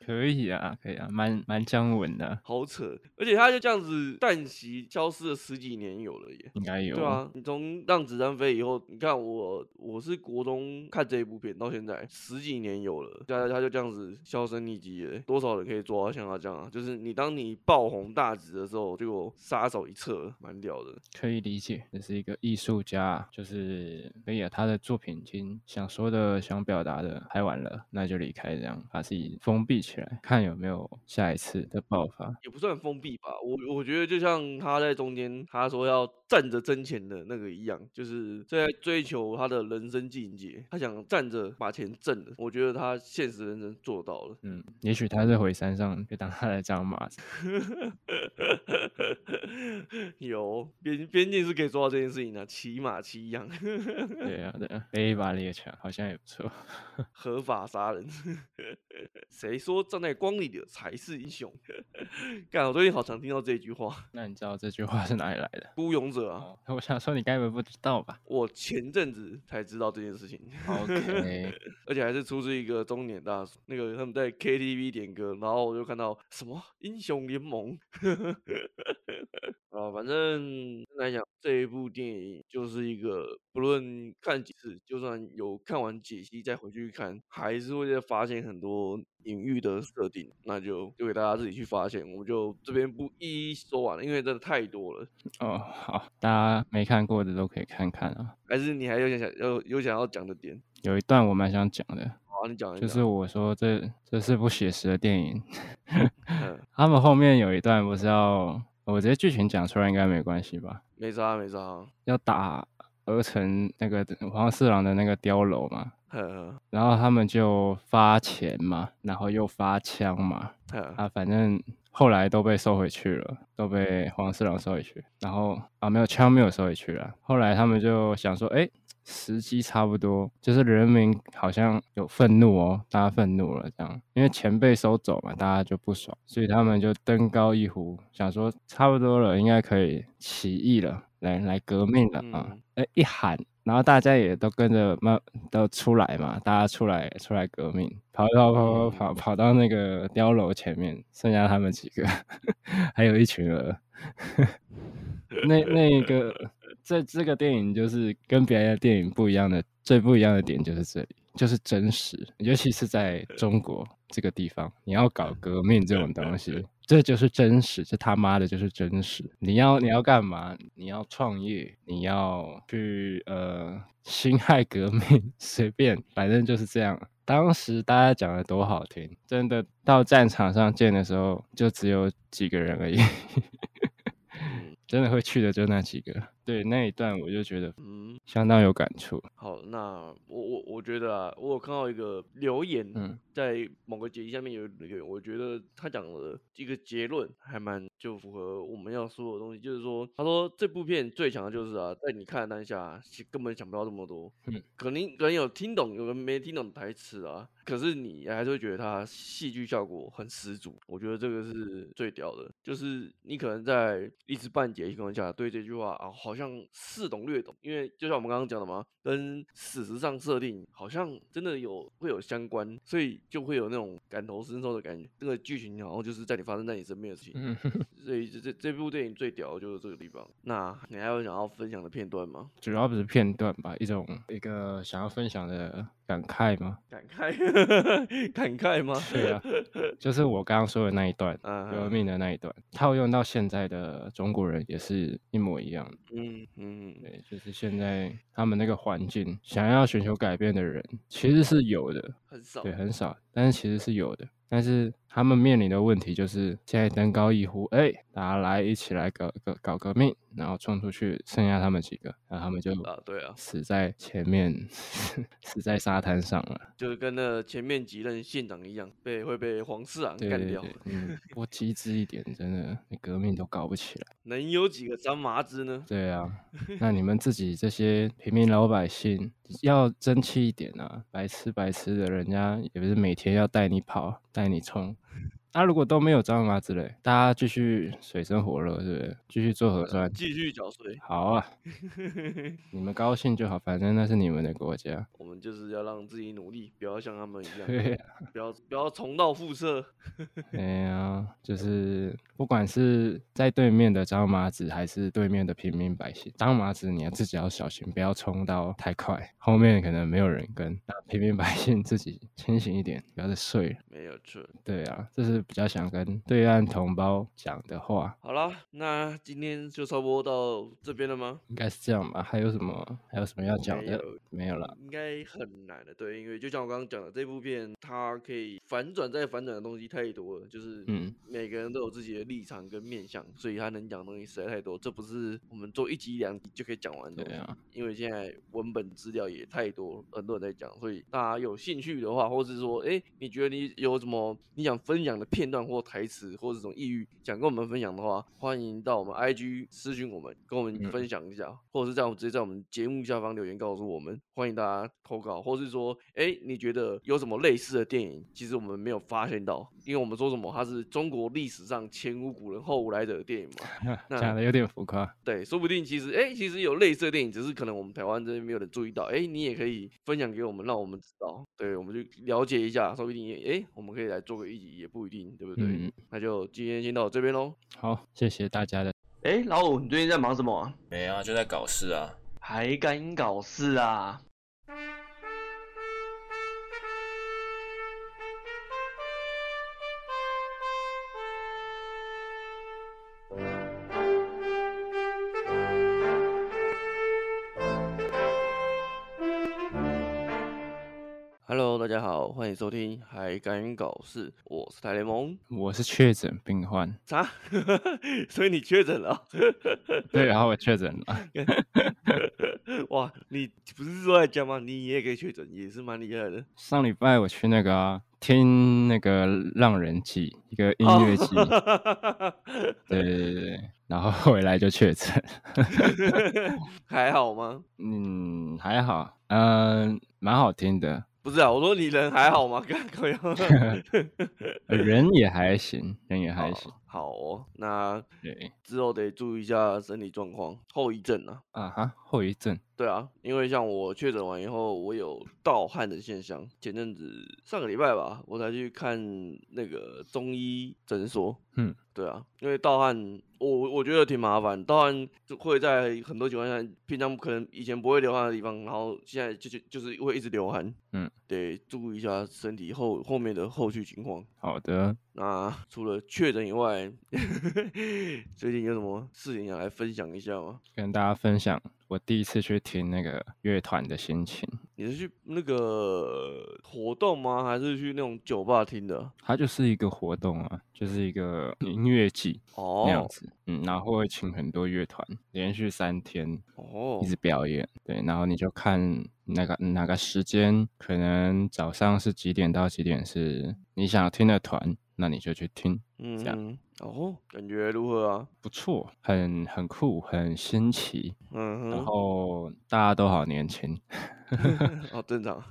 S3: [laughs]
S4: 可以啊，可以啊，蛮蛮姜文的，
S3: 好扯。而且他就这样子淡席消失了十几年有了耶。
S4: 应该有
S3: 对，啊，你从《让子弹飞》以后，你看我我是国中看这一部片到现在十几年有了，他他就这样子销声匿迹了。多少人可以做到像他这样啊？就是你当你爆红大紫的时候，结果杀手一撤，蛮屌的。
S4: 可以理解，这是一个艺术家，就是可以啊，他的作品已经想说的、想表达的拍完了，那就离开，这样把自己封闭起来，看有没有下一次的爆发。
S3: 也不算封闭吧，我我觉得就像他在中间他说要站着挣钱的那个一样，就是在追求他的人生境界，他想站着把钱挣了，我觉得他现实人生做到了。 [laughs]
S4: 嗯，也许他是回山上就当他的张马子，
S3: 有边边境是可以做到这件事情的、骑马骑羊，
S4: 对啊，对啊，背一把猎枪好像也不错。
S3: [laughs] 合法杀人。 [laughs] 谁说站在光里的才是英雄？ [laughs] 干，我最近好常听到这一句话，
S4: 那你知道这句话是哪里来的？
S3: 孤勇者啊。
S4: 哦，我想说你该不会不知道吧
S3: 我前阵子才知道这件事情。
S4: ？OK，
S3: 而且还是出自一个中年大叔，那个他们在 KTV 点歌，然后我就看到什么英雄联盟， [laughs] 啊，反正来讲这一部电影就是一个不论看几次，就算有看完解析再回去看，还是会再发现很多隐喻的设定，那就就给大家自己去发现，我们就这边不一一说完了，因为真的太多了。
S4: [laughs] 哦，好，大家没看过的都可以看看啊。
S3: 还是你还有想想有有想要讲的点？
S4: 有一段我蛮想讲的，
S3: 好啊，你讲一
S4: 就
S3: 讲。
S4: 是我说这这是部写实的电影，
S3: 嗯
S4: [laughs] 他们后面有一段不是要，我直接剧情讲出来应该没关系吧？
S3: 没啥没啊啥，
S4: 要打鹅城那个黄四郎的那个碉楼嘛，
S3: 呵
S4: 然后他们就发钱嘛，然后又发枪嘛，
S3: 呵呵，
S4: 啊，反正后来都被收回去了，都被黄四郎收回去，然后啊没有枪没有收回去了，后来他们就想说，哎。时机差不多，就是人民好像有愤怒哦，大家愤怒了这样，因为钱被收走嘛，大家就不爽，所以他们就登高一呼，想说差不多了，应该可以起义了，来来革命了啊！
S3: 嗯
S4: 哎、一喊，然后大家也都跟着慢都出来嘛，大家出来出来革命，跑到跑跑跑跑到那个碉楼前面，剩下他们几个，还有一群鹅。那那个这这个电影就是跟别的电影不一样的，最不一样的点就是这里，就是真实，尤其是在中国这个地方，你要搞革命这种东西，这就是真实，这他妈的就是真实。你要你要干嘛？你要创业，你要去呃辛亥革命，随便，反正就是这样。当时大家讲的多好听，真的到战场上见的时候，就只有几个人而已。
S3: 嗯
S4: [laughs] 真的会去的就那几个。对那一段，我就觉得
S3: 嗯。
S4: 相当有感触。
S3: 好，那我我我觉得啊，我有看到一个留言，
S4: 嗯，
S3: 在某个解析下面有一个留言，我觉得他讲的一个结论还蛮就符合我们要说的东西，就是说，他说这部片最强的就是啊，在你看的当下啊，其实根本想不到这么多，
S4: 嗯
S3: 可能可能有听懂，有人没听懂台词啊，可是你还是会觉得它戏剧效果很十足。我觉得这个是最屌的，就是你可能在一知半解的情况下，对这句话啊，好像似懂略懂，因为就像我们刚刚讲的嘛，跟史实上设定好像真的有会有相关，所以就会有那种感同身受的感觉。这个剧情好像就是在你发生在你身边的事情。
S4: 嗯，
S3: 所以这这这部电影最屌的就是这个地方。那你还有想要分享的片段吗？ [laughs]
S4: 主要不是片段吧，一种一个想要分享的感慨嘛，
S3: 感慨，感慨 [laughs] 吗？[laughs]
S4: 对啊，就是我刚刚说的那一段。
S3: 啊，
S4: 革命的那一段，套用到现在的中国人也是一模一样的。
S3: 嗯嗯，
S4: 对，就是现在他们那个环境，想要寻求改变的人其实是有的，
S3: 很少。
S4: 对，啊很少，但是其实是有的。但是他们面临的问题就是，现在登高一呼，哎、大家来一起来搞搞搞革命，然后冲出去，剩下他们几个，然后他们就
S3: 啊，对啊，
S4: 死在前面， [laughs] 死在沙滩上了。
S3: 就是跟那前面几任县长一样，被会被黄四郎
S4: 对
S3: 干
S4: 对
S3: 掉
S4: 对。，嗯，多机智一点，真的，你革命都搞不起来。
S3: 能有几个张麻子呢？
S4: 对啊，那你们自己这些平民老百姓要争气一点啊！白吃白吃的，人家也不是每天要带你跑、带你冲。那、如果都没有张麻子嘞，大家继续水深火热，对不对？继续做核酸，
S3: 继续缴税。
S4: 好啊，你们高兴就好，反正那是你们的国家。
S3: 我们就是要让自己努力，不要像他们一样，
S4: 对啊，
S3: 不要不要重蹈覆辙。 [laughs]
S4: 哎呀，就是不管是在对面的张麻子，还是对面的平民百姓，张麻子你要自己要小心，不要冲到太快，后面可能没有人跟。那平民百姓自己清醒一点，不要再睡了。
S3: 没有错。
S4: 对啊，这是比较想跟对岸同胞讲的话，
S3: 好啦，那今天就差不多到这边了吗？
S4: 应该是这样吧？还有什么？还有什么要讲
S3: 没
S4: 的
S3: 哦有？
S4: 没有了。
S3: 应该很难的，对，因为就像我刚刚讲的，这部片它可以反转再反转的东西太多了，就是
S4: 嗯
S3: 每个人都有自己的立场跟面向，所以他能讲的东西实在太多，这不是我们做一集两集就可以讲完的
S4: 对
S3: 东西。 [laughs]
S4: 啊，
S3: 因为现在文本资料也太多，很多人在讲，所以大家有兴趣的话，或是说，哎，你觉得你有什么你想分享的片段或台词，或者这种抑郁想跟我们分享的话，欢迎到我们 IG 私讯我们，跟我们
S4: 嗯
S3: 分享一下，或者是在我们直接在我们节目下方留言告诉我们，欢迎大家投稿，或是说，哎，你觉得有什么类似的电影，其实我们没有发现到，因为我们说什么它是中国历史上前无古人后无来者的电影嘛，那
S4: 讲的有点浮夸。
S3: 对，说不定其实哎、诶其实有类似的电影，只是可能我们台湾这边没有人注意到。哎、你也可以分享给我们，让我们知道，对，我们就了解一下，说不定也哎、我们可以来做个一集，也不一定，对不对？
S4: 嗯，
S3: 那就今天先到这边喽。
S4: 好，谢谢大家的。
S1: 哎，老五，你最近在忙什么啊？
S2: 没啊，就在搞事啊。
S1: 还敢搞事啊？
S3: Hello，大家好，欢迎收听《还敢搞事》，我是台联盟。
S4: 我是确诊病
S3: [laughs]
S4: 患，
S3: 啥？所以你确诊了？ [laughs]
S4: 对，然后我确诊了。
S3: 哇，你不是说在家吗？你也可以确诊，也是蛮厉害的。
S4: 上礼拜我去那个、啊、听那个《浪人记》一个音
S3: 哦
S4: 乐
S3: [laughs]
S4: 季，对对对对，然后 [laughs] 回来就确诊。
S3: [laughs] 还好吗？
S4: 嗯，还好，嗯、蛮好听的，
S3: 不是啊，我说你人还好吗？ [laughs] 刚刚
S4: 呃人也还行，人也还行。
S3: 好哦，那
S4: 对
S3: 之后得注意一下身体状况，后遗症啊。
S4: 啊哈，后遗症，
S3: 对啊，因为像我确诊完以后，我有盗汗的现象。前阵子上个礼拜吧，我才去看那个中医诊所。
S4: 嗯，
S3: 对啊，因为盗汗，我我觉得挺麻烦。盗汗就会在很多情况下，平常可能以前不会流汗的地方，然后现在就就就是会一直流汗。
S4: 嗯，
S3: 得注意一下身体后后面的后续情况。
S4: 好的，
S3: 那除了确诊以外， [laughs] 最近有什么事情想来分享一下吗？
S4: 跟大家分享我第一次去听那个乐团的心情。
S3: 你是去那个活动吗？还是去那种酒吧听的？
S4: 它就是一个活动啊，就是一个音乐季那样
S3: 哦
S4: 子，嗯，然后会请很多乐团，连续三天，
S3: 哦
S4: 一，直表演，对，然后你就看哪个哪个时间，可能早上是几点到几点是你想听的团，那你就去听，
S3: 嗯
S4: 这样
S3: 嗯哦，感觉如何啊？
S4: 不错，很很酷，很新奇，
S3: 嗯
S4: 然
S3: 哼，
S4: 后大家都好年轻，
S3: [laughs] 好正常，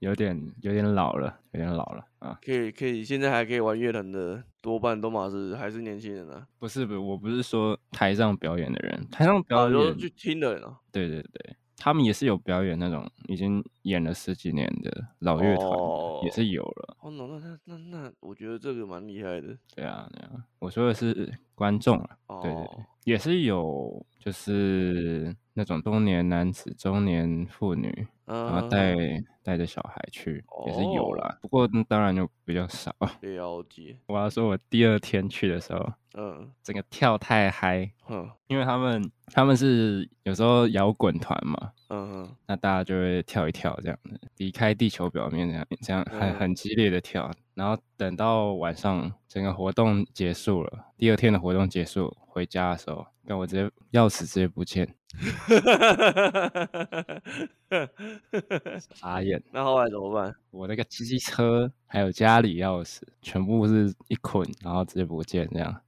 S4: 有点有点老了，有点老了啊！
S3: 可以可以，现在还可以玩乐团的多半都嘛是还是年轻人啊，
S4: 不是不是，我不是说台上表演的人，台上
S3: 啊，
S4: 表
S3: 就是
S4: 演，
S3: 去听的人啊，
S4: 对对对，他们也是有表演那种已经演了十几年的老乐团的，
S3: 哦
S4: 也是有了。
S3: 哦，那那那那，我觉得这个蛮厉害的
S4: 对啊，对啊，我说的是观众啊，对对
S3: 哦
S4: 对，也是有，就是那种中年男子、中年妇女，然后
S3: 啊，
S4: 带带着小孩去，也是有
S3: 哦
S4: 啦。不过嗯当然就比较少。 [laughs]
S3: 了解，
S4: 我要说，我第二天去的时候，
S3: 嗯
S4: 整个跳太嗨，
S3: 哼
S4: 因为他们他们是有时候摇滚团嘛，
S3: 嗯哼， [laughs]
S4: 那大家就会跳一跳这样子，离开地球表面这样这样很
S3: 嗯
S4: 很激烈的跳，然后等到晚上整个活动结束了，第二天的活动结束回家的时候，跟我直接钥匙直接不见，傻眼！
S3: 那后来怎么办？ [laughs]
S4: 我那个机车还有家里钥匙全部是一捆，然后直接不见这样。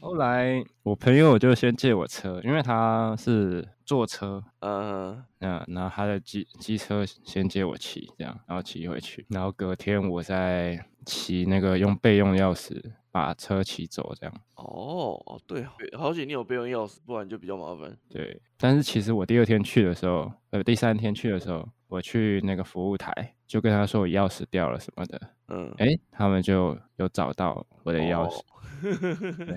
S4: 后来我朋友就先借我车，因为他是坐车，
S3: 嗯
S4: 那然后他的机机车先接我骑，这样，然后骑回去，然后隔天我再骑那个用备用钥匙把车骑走，这样。
S3: 哼，哦哦对，对好险你有备用钥匙，不然就比较麻烦。
S4: 对，但是其实我第二天去的时候，呃，第三天去的时候，我去那个服务台，就跟他说我钥匙掉了什么的，
S3: 嗯，哦
S4: 诶，他们就有找到我的哎钥匙，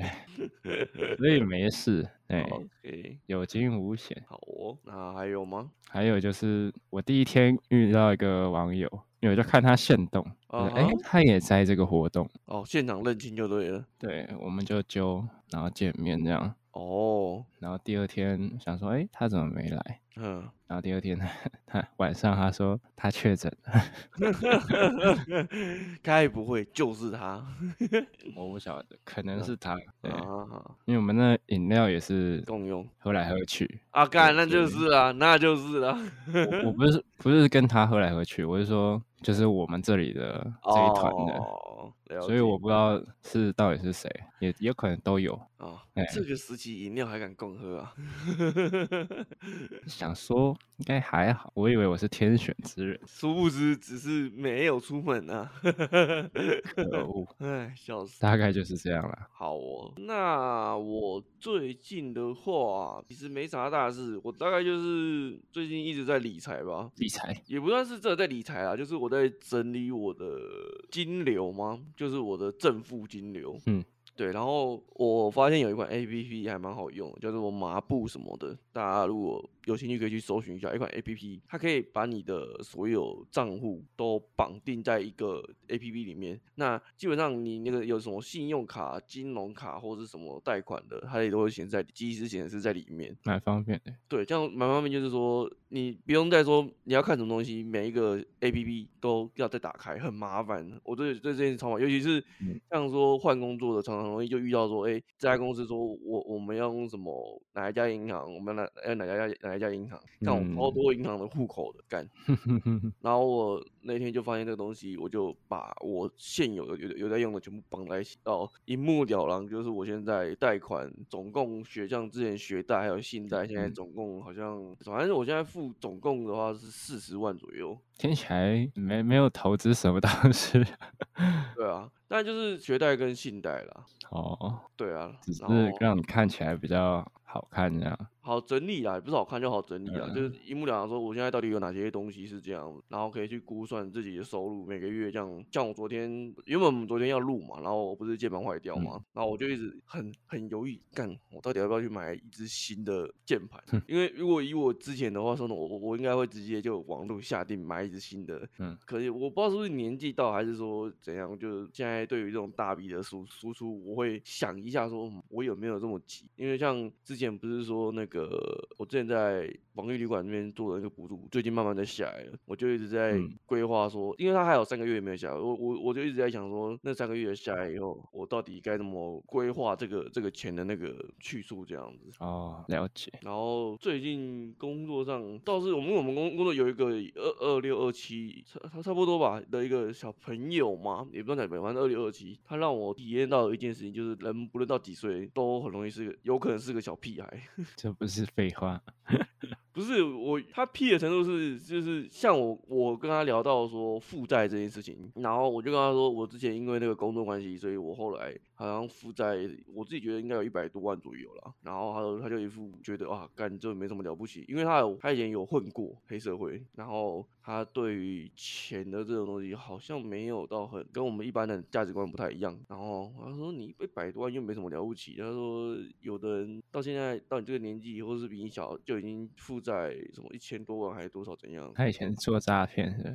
S4: 所以没事，哎，
S3: o k
S4: 有惊无险。
S3: 好哦，那还有吗？
S4: 还有就是我第一天遇到一个网友，因为我就看他现动，我就诶，
S3: 啊哈
S4: 他也在这个活动。
S3: 哦，现场认亲就对了。
S4: 对，我们就揪，然后见面这样。
S3: 哦，
S4: 然后第二天想说，哎，他怎么没来？
S3: 嗯， [laughs]
S4: 然后第二天 [laughs] 他他晚上他说他确诊了，
S3: 该不会就是他？
S4: 我不晓得，可能是他。对，
S3: 啊，
S4: 因为我们那饮料也是
S3: 共用
S4: 喝来喝去，
S3: 啊，干，那
S4: 对
S3: 就
S4: 对
S3: 是啊，那就是啊。
S4: 我我不是不是跟他喝来喝去，我是说就是我们这里的这一团的，
S3: 哦，了
S4: 所以
S3: 解
S4: 我不知道是到底是谁，也有可能都有。
S3: 啊
S4: 哎，
S3: 这个时期饮料还敢共喝啊？ [laughs]
S4: 想说应该还好，我以为我是天选之人，
S3: 殊不知只是没有出门啊。 [laughs]
S4: 可恶，
S3: 哎，笑死。
S4: 大概就是这样啦。
S3: 好哦，那我最近的话其实没啥大事，我大概就是最近一直在理财吧，
S4: 理财，
S3: 也不算是真的在理财啦，就是我在整理我的金流吗？就是我的正负金流。
S4: 嗯，
S3: 对。然后我发现有一款 A P P 还蛮好用的，叫做麻布什么的。大家如果有兴趣，可以去搜寻一下一款 A P P，它可以把你的所有账户都绑定在一个 A P P 里面。那基本上你那个有什么信用卡、金融卡或者什么贷款的，它也都会显示在即时显示在里面。
S4: 蛮方便的。
S3: 对，这样蛮方便，就是说你不用再说你要看什么东西，每一个 A P P 都要再打开，很麻烦。我对对这件事超麻烦，尤其是
S4: 嗯
S3: 像说换工作的，常常容易就遇到说，哎、这家公司说我我们要用什么哪一家银行，我们要哪要哪家哪一家银行，看我超
S4: 嗯
S3: 多银行的户口的干。然后我那天就发现这个东西，我就把我现有的有有在用的全部绑在一起，哦，一目了然。就是我现在贷款总共学像之前学贷还有信贷，现在
S4: 嗯
S3: 总共好像，反正我现在付总共的话是四十万左右。
S4: [laughs] 听起来没没有投资什么东西 [laughs]
S3: 对啊，但就是学贷跟信贷啦。
S4: 哦，
S3: 对啊
S4: 只，是
S3: 然后
S4: 让你看起来比较好看这样。
S3: 好整理啦，也不是好看就好整理啦，就是一目了然说我现在到底有哪些东西是这样，然后可以去估算自己的收入每个月这样。像我昨天原本我们昨天要录嘛，然后我不是键盘坏掉嘛，然后我就一直很很犹豫，干我到底要不要去买一只新的键盘？因为如果以我之前的话说呢，我我我应该会直接就网络下定买一只新的，
S4: 嗯，
S3: 可是我不知道是不是年纪到还是说怎样，就是现在对于这种大笔的输输出，我会想一下说，嗯我有没有这么急？因为像之前不是说那个，我之前在网易旅馆那边做的那个补助，最近慢慢的下来了，我就一直在
S4: 嗯
S3: 规划说，因为它还有三个月没有下来，我我我就一直在想说，那三个月下来以后，我到底该怎么规划这个这个钱的那个去处这样子。
S4: 哦，了解，
S3: 然后最近工作上倒是我们因为我们工工作有一个二二六二七差差差不多吧的一个小朋友嘛，也不知道哪朋友，反正二六二七，他让我体验到一件事情，就是人不论到几岁都很容易是个有可能是个小屁孩。
S4: 这不是废话。
S3: 不是我，他屁的程度是，就是像我，我跟他聊到说负债这件事情，然后我就跟他说，我之前因为那个工作关系，所以我后来好像负债，我自己觉得应该有一百多万左右了。然后他就他就一副觉得啊，干这没什么了不起，因为他有他以前有混过黑社会，然后他对于钱的这种东西好像没有到很跟我们一般的价值观不太一样。然后他说你一百多万又没什么了不起，他说有的人到现在到你这个年纪，或是比你小就已经负债什么一千多万还是多少怎样，
S4: 他以前是做诈骗的，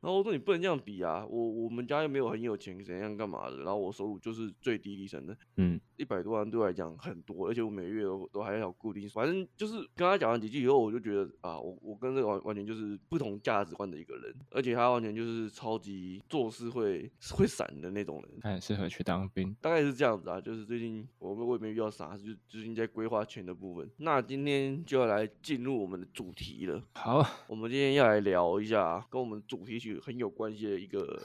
S3: 然后我说你不能这样比啊，我我们家又没有很有钱，怎样干嘛的，然后我收入就是最低低层的，
S4: 嗯，
S3: 一百多万对我来讲很多，而且我每个月都都还要固定，反正就是跟他讲完几句以后，我就觉得啊，我我跟这个完完全就是不同价值观的一个人，而且他完全就是超级做事会会闪的那种人。
S4: 他很适合去当兵。
S3: 大概是这样子啊，就是最近我们我也没遇到啥，就最近在规划钱的部分。那今天就要来进入我们的主题了。
S4: 好，
S3: 我们今天要来聊一下跟我们主题曲很有关系的一个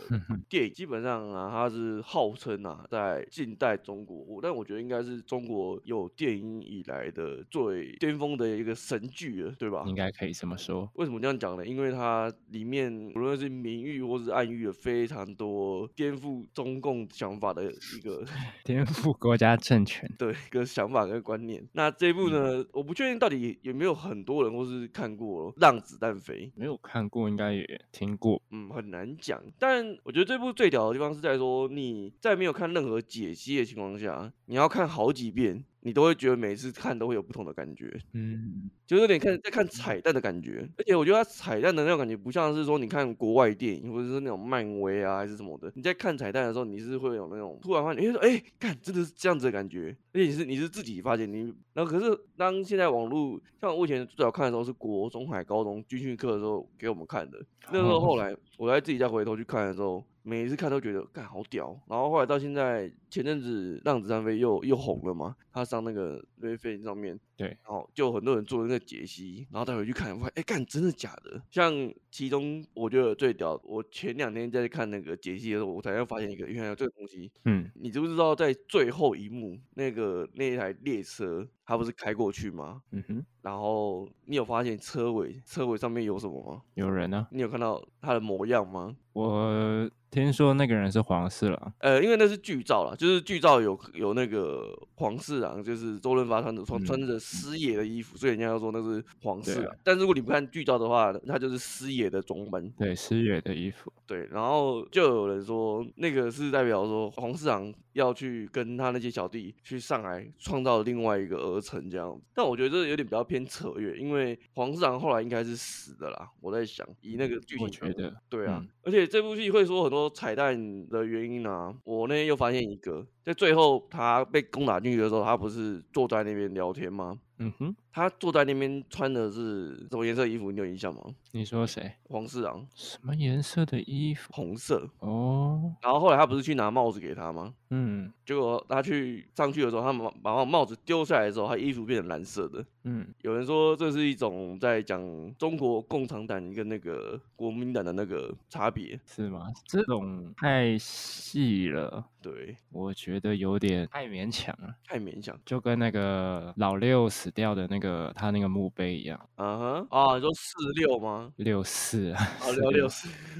S3: 电影。基本上啊，它是号称啊，在近代中国，我但我觉得应该是中国有电影以来的最巅峰的一个神剧了，对吧？
S4: 应该可以这么说。
S3: 为什么这样讲呢？因为它里面无论是明喻或是暗喻，有非常多颠覆中共想法的一个
S4: 颠覆国家政权，
S3: 的一个想法跟观念。那这一部呢，我不确定到底有没有很多人或是看过《让子弹飞》。
S4: 没有看过，应该也听过。
S3: 嗯，很难讲。但我觉得这部最屌的地方是在说，你在没有看任何解析的情况下，你要看好几遍，你都会觉得每次看都会有不同的感觉，
S4: 嗯，
S3: 就是有点看在看彩蛋的感觉。而且我觉得它彩蛋的那种感觉，不像是说你看国外电影或者是那种漫威啊还是什么的，你在看彩蛋的时候，你是会有那种突然发现，哎、说哎，看真的是这样子的感觉，而且你是你是自己发现你，然后可是当现在网络像我以前最早看的时候是国中海高中军训课的时候给我们看的，那时候
S4: 哦
S3: 后来我在自己再回头去看的时候，每一次看都觉得，干好屌。然后后来到现在，前阵子《让子弹飞又》又红了嘛，他上那个瑞飞上面，
S4: 对
S3: 然后就有很多人做那个解析，然后再回去看，发现哎干真的假的？像其中我觉得最屌，我前两天在看那个解析的时候，我才发现一个，原来有这个东西，
S4: 嗯，
S3: 你知不知道在最后一幕那个那一台列车，它不是开过去吗？
S4: 嗯哼，
S3: 然后你有发现车尾车尾上面有什么吗？
S4: 有人呢、
S3: 你有看到他的模样吗？
S4: 我听说那个人是黄四郎，
S3: 呃，因为那是剧照啦，就是剧照有有那个黄四郎，就是周润发穿着穿
S4: 嗯
S3: 穿着师爷的衣服，所以人家要说那是黄四
S4: 对啊
S3: 郎。但如果你不看剧照的话，他就是师爷的装扮。
S4: 对，师爷的衣服。
S3: 对，然后就有人说那个是代表说黄四郎要去跟他那些小弟去上海创造另外一个儿城这样子，但我觉得这有点比较偏扯远，因为黄四郎后来应该是死的啦，我在想以那个剧情
S4: 我
S3: 来
S4: 觉得，
S3: 对啊，
S4: 嗯
S3: 而且这部戏会说很多彩蛋的原因啊，我那天又发现一个，在最后他被攻打进去的时候，他不是坐在那边聊天吗？
S4: 嗯哼，
S3: 他坐在那边穿的是什么颜色的衣服？你有印象吗？
S4: 你说谁？
S3: 黄四郎，
S4: 什么颜色的衣服？
S3: 红色。
S4: 哦，
S3: 然后后来他不是去拿帽子给他吗？
S4: 嗯
S3: 结果他去上去的时候，他把把帽子丢下来的时候，他衣服变成蓝色的。
S4: 嗯，
S3: 有人说这是一种在讲中国共产党跟那个国民党的那个差别。
S4: 是吗？这种太细了，
S3: 对，
S4: 我觉得有点太勉强了，
S3: 太勉强。
S4: 就跟那个老六死掉的那个他那个墓碑一样，
S3: 啊哈啊，你说四六吗？
S4: 六四啊， [laughs]
S3: 啊，六六四， [laughs]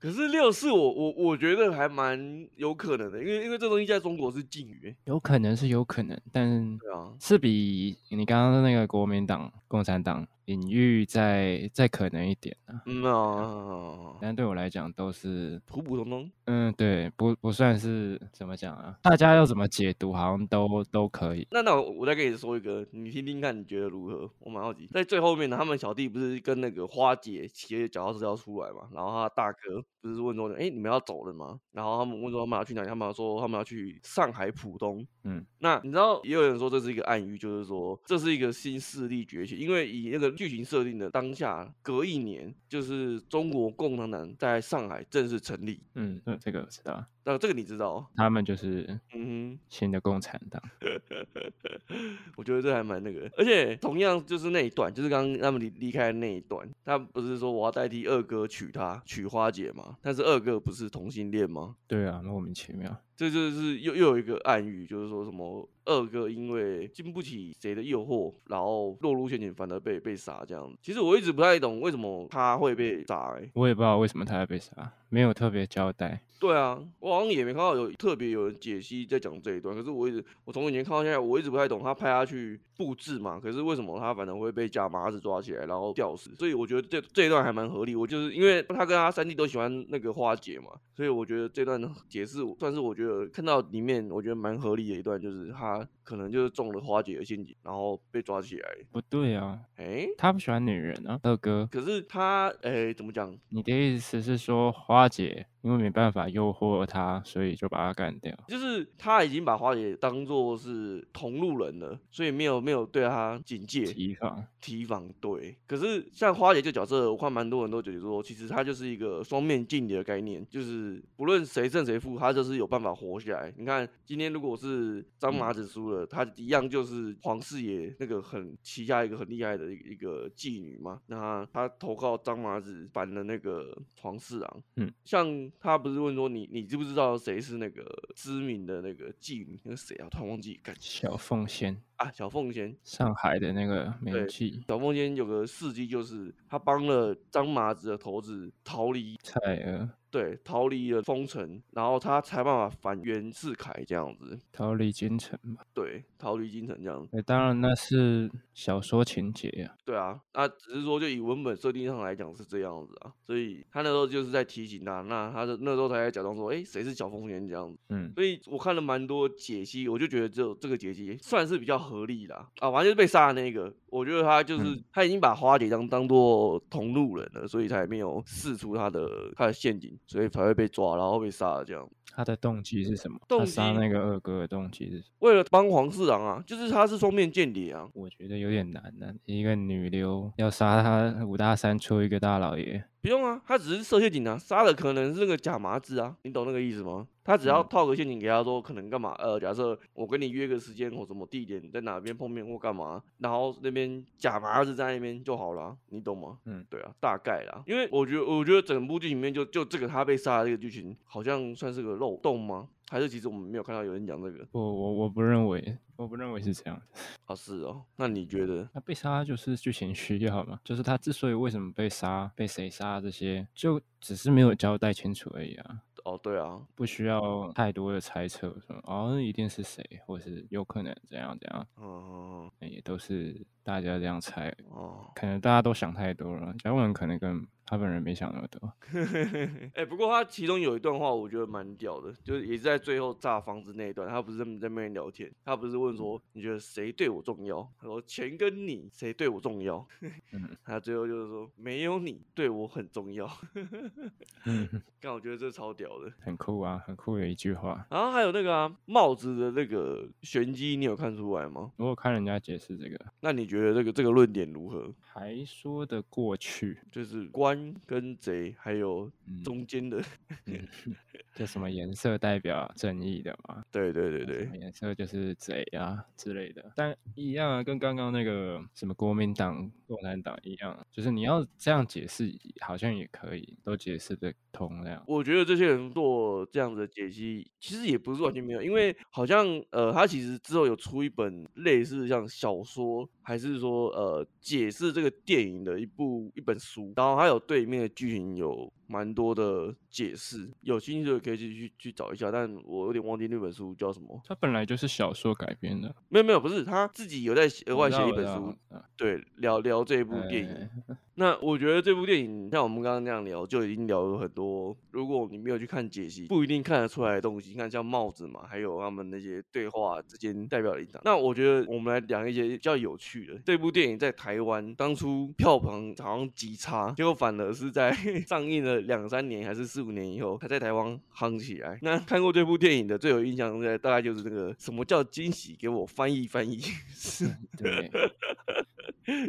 S3: 可是六四我我我觉得还蛮有可能的，因为因为这东西在中国是禁语，
S4: 有可能是有可能，但
S3: 对啊，
S4: 是比你刚刚的那个国民党、共产党隐喻再再可能一点啊、啊，
S3: 嗯啊，
S4: 但对我来讲都是
S3: 普普通通，
S4: 嗯，对，不不算是怎么讲啊？大家要怎么解读，好像都都可以。
S3: 那那我我再跟你说一个，你听听看，你觉得如何？我蛮好奇。在最后面呢，他们小弟不是跟那个花姐骑着脚踏车要出来嘛？然后他大哥不是问说，哎、你们要走了吗？然后他们问说他们要去哪里？他们说他们要去上海浦东。
S4: 嗯，
S3: 那你知道也有人说这是一个暗喻，就是说这是一个新势力崛起，因为以那个剧情设定的当下，隔一年就是中国共产党在上海正式成立。
S4: 嗯，这这个我知道，
S3: 那这个你知道？
S4: 他们就是
S3: 嗯哼。
S4: 新的共产党。
S3: [laughs] 我觉得这还蛮那个的，而且同样就是那一段，就是刚刚他们离离开的那一段，他不是说我要代替二哥娶她，娶花姐嘛？但是二哥不是同性恋吗？
S4: 对啊，莫名其妙。
S3: 这就是又又有一个暗喻，就是说什么二哥因为经不起谁的诱惑，然后落入陷阱，反而被被杀这样子。其实我一直不太懂为什么他会被杀、欸，
S4: 我也不知道为什么他要被杀，没有特别交代。
S3: 对啊，我好像也没看到有特别有人解析在讲这一段，可是我一直我从以前看到现在，我一直不太懂他派他去布置嘛，可是为什么他反而会被假麻子抓起来，然后吊死？所以我觉得这这一段还蛮合理。我就是因为他跟他三弟都喜欢那个花姐嘛，所以我觉得这段解释算是我觉得看到里面我觉得蛮合理的一段，就是他可能就是中了花姐的陷阱，然后被抓起来。
S4: 不对啊，
S3: 诶，
S4: 他不喜欢女人啊，二哥。
S3: 可是他诶怎么讲？
S4: 你的意思是说，花姐因为没办法诱惑他，所以就把他干掉？
S3: 就是他已经把花姐当做是同路人了，所以没有没有对他警戒
S4: 提防。
S3: 提防。对，可是像花姐这角色，我看蛮多人都觉得说，其实她就是一个双面镜的概念，就是不论谁胜谁负，她就是有办法活下来。你看今天如果是张麻子输了，她一样就是黄四爷那个很旗下一个很厉害的一个一个妓女嘛，那她投靠张麻子反了那个黄四郎，像他不是问说你你知不知道谁是那个知名的那个妓女？那个谁啊？突然忘记，感觉
S4: 小凤仙，
S3: 啊，小凤仙。
S4: 上海的那个名
S3: 对
S4: 妓
S3: 小凤仙有个事迹，就是她帮了张麻子的头子逃离，
S4: 蔡锷，
S3: 对，逃离了封城，然后她才办法反袁世凯这样子，
S4: 逃离京城吧。
S3: 对，逃离京城这样子，
S4: 欸当然那是小说情节啊。
S3: 对啊，那只是说就以文本设定上来讲是这样子啊，所以他那时候就是在提醒他，那他的那时候才在假装说，哎，谁是小凤仙这样子。
S4: 嗯，
S3: 所以我看了蛮多解析，我就觉得只有这个解析算是比较合理啦。啊，反正就是被杀的那个，我觉得他就是、
S4: 嗯
S3: 他已经把花姐当当做同路人了，所以才没有试出他的他的陷阱，所以才会被抓，然后被杀了这样。
S4: 他的动机是什么？
S3: 动
S4: 他杀
S3: 机
S4: 那个二哥的动机是什么？
S3: 为了帮黄四郎啊，就是他是双面间谍啊，
S4: 我觉得有点难呢、一个女流要杀他五大三粗一个大老爷，
S3: 不用啊，他只是设陷阱啊，杀的可能是那个假麻子啊，你懂那个意思吗？他只要
S4: 嗯
S3: 套个陷阱给他说，可能干嘛？呃，假设我跟你约个时间或什么地点，在哪边碰面或干嘛，然后那边假麻子在那边就好了，你懂吗？
S4: 嗯，
S3: 对啊，大概啦，因为我觉得，我觉得整部剧里面就就这个他被杀的这个剧情，好像算是个漏洞吗？还是其实我们没有看到有人讲这个？
S4: 不，我我不认为，我不认为是这样。
S3: 啊，是哦，那你觉得？
S4: 那被杀就是剧情需要嘛，就是他之所以为什么被杀、被谁杀这些，就只是没有交代清楚而已啊，
S3: 哦，对啊，
S4: 不需要太多的猜测，说哦一定是谁，或是有可能怎样怎样，
S3: 嗯，
S4: 那也都是大家这样猜而已，
S3: 哦，
S4: 可能大家都想太多了。姜文可能跟他本人没想那么多，
S3: 哎、不过他其中有一段话，我觉得蛮屌的，就是也是在最后炸房子那一段，他不是在那在那边聊天，他不是问说
S4: 嗯
S3: 你觉得谁对我重要？他说钱跟你谁对我重要？
S4: [laughs] 嗯
S3: 他最后就是说没有你对我很重要。 [laughs]
S4: 嗯，
S3: 但我觉得这超屌的。
S4: 很酷啊，很酷的一句话。
S3: 然后还有那个啊，帽子的那个玄机，你有看出来吗？
S4: 我有看人家解释这个，
S3: 那你觉得这个这个论点如何？
S4: 还说得过去，
S3: 就是官跟贼，还有
S4: 嗯
S3: 中间的， [laughs]
S4: 嗯，这什么颜色代表正义的嘛？
S3: 对对对
S4: 什
S3: 对
S4: 么，颜色就是贼啊之类的，但一样啊，跟刚刚那个什么国民党、共产党一样，就是你要这样解释，好像也可以，都解释得通那样。
S3: 我觉得这些人做这样子的解析，其实也不是完全没有，因为好像呃，他其实之后有出一本类似像小说，还是说呃解释这个电影的一部一本书，然后他有对里面的剧情有蛮多的解释，有兴趣的可以去去去找一下，但我有点忘记那本书叫什么，
S4: 它本来就是小说改编的，
S3: 没有没有，不是他自己有在写额
S4: 我
S3: 外
S4: 知
S3: 写
S4: 道嗯
S3: 一
S4: 我
S3: 本
S4: 知道
S3: 书，
S4: 我知道
S3: 对，聊聊这一部电影，
S4: 呃
S3: 那我觉得这部电影像我们刚刚那样聊，就已经聊了很多。如果你没有去看解析，不一定看得出来的东西。你看像帽子嘛，还有他们那些对话之间代表的影响。那我觉得我们来讲一些比较有趣的。这部电影在台湾当初票房好像极差，结果反而是在 [laughs] 上映了两三年还是四五年以后，才在台湾夯起来。那看过这部电影的最有印象的，大概就是那个什么叫惊喜，给我翻译翻译。 [laughs] 是 [laughs]
S4: 对，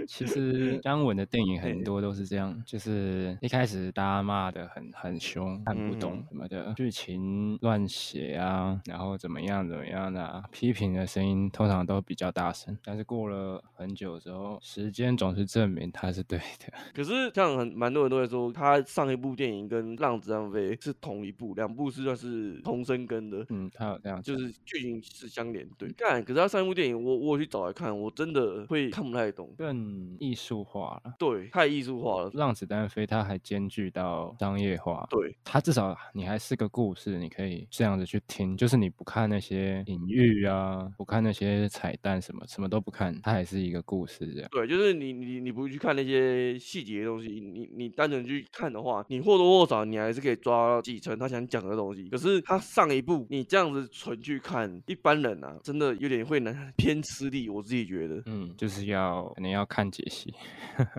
S4: 其
S3: 嗯
S4: 实姜文的电影很多都是这样，就是一开始大家骂的很很凶，看不懂
S3: 嗯
S4: 什么的，剧情乱写啊，然后怎么样怎么样啊，批评的声音通常都比较大声，但是过了很久之后，时间总是证明他是对的。 [laughs]
S3: 可是像很蛮多人都会说，他上一部电影跟《浪子张飞》是同一部，两部是算是同生根的，
S4: 嗯，他嗯有这样
S3: 就
S4: 讲，
S3: 是剧情是相连。对，但可是他上一部电影我，我有去找来看，我真的会看不太懂。
S4: 更艺术化了。
S3: 对，太艺术化了。
S4: 让子弹飞，它还兼具到商业化，
S3: 对，
S4: 它至少你还是个故事，你可以这样子去听，就是你不看那些隐喻啊，不看那些彩蛋什么，什么都不看，它还是一个故事这样。
S3: 对，就是你你你不去看那些细节的东西，你你单纯去看的话，你或多或少你还是可以抓到几成他想讲的东西。可是他上一部你这样子纯去看，一般人啊，真的有点会难偏吃力，我自己觉得。
S4: 嗯，就是要可能要看解析。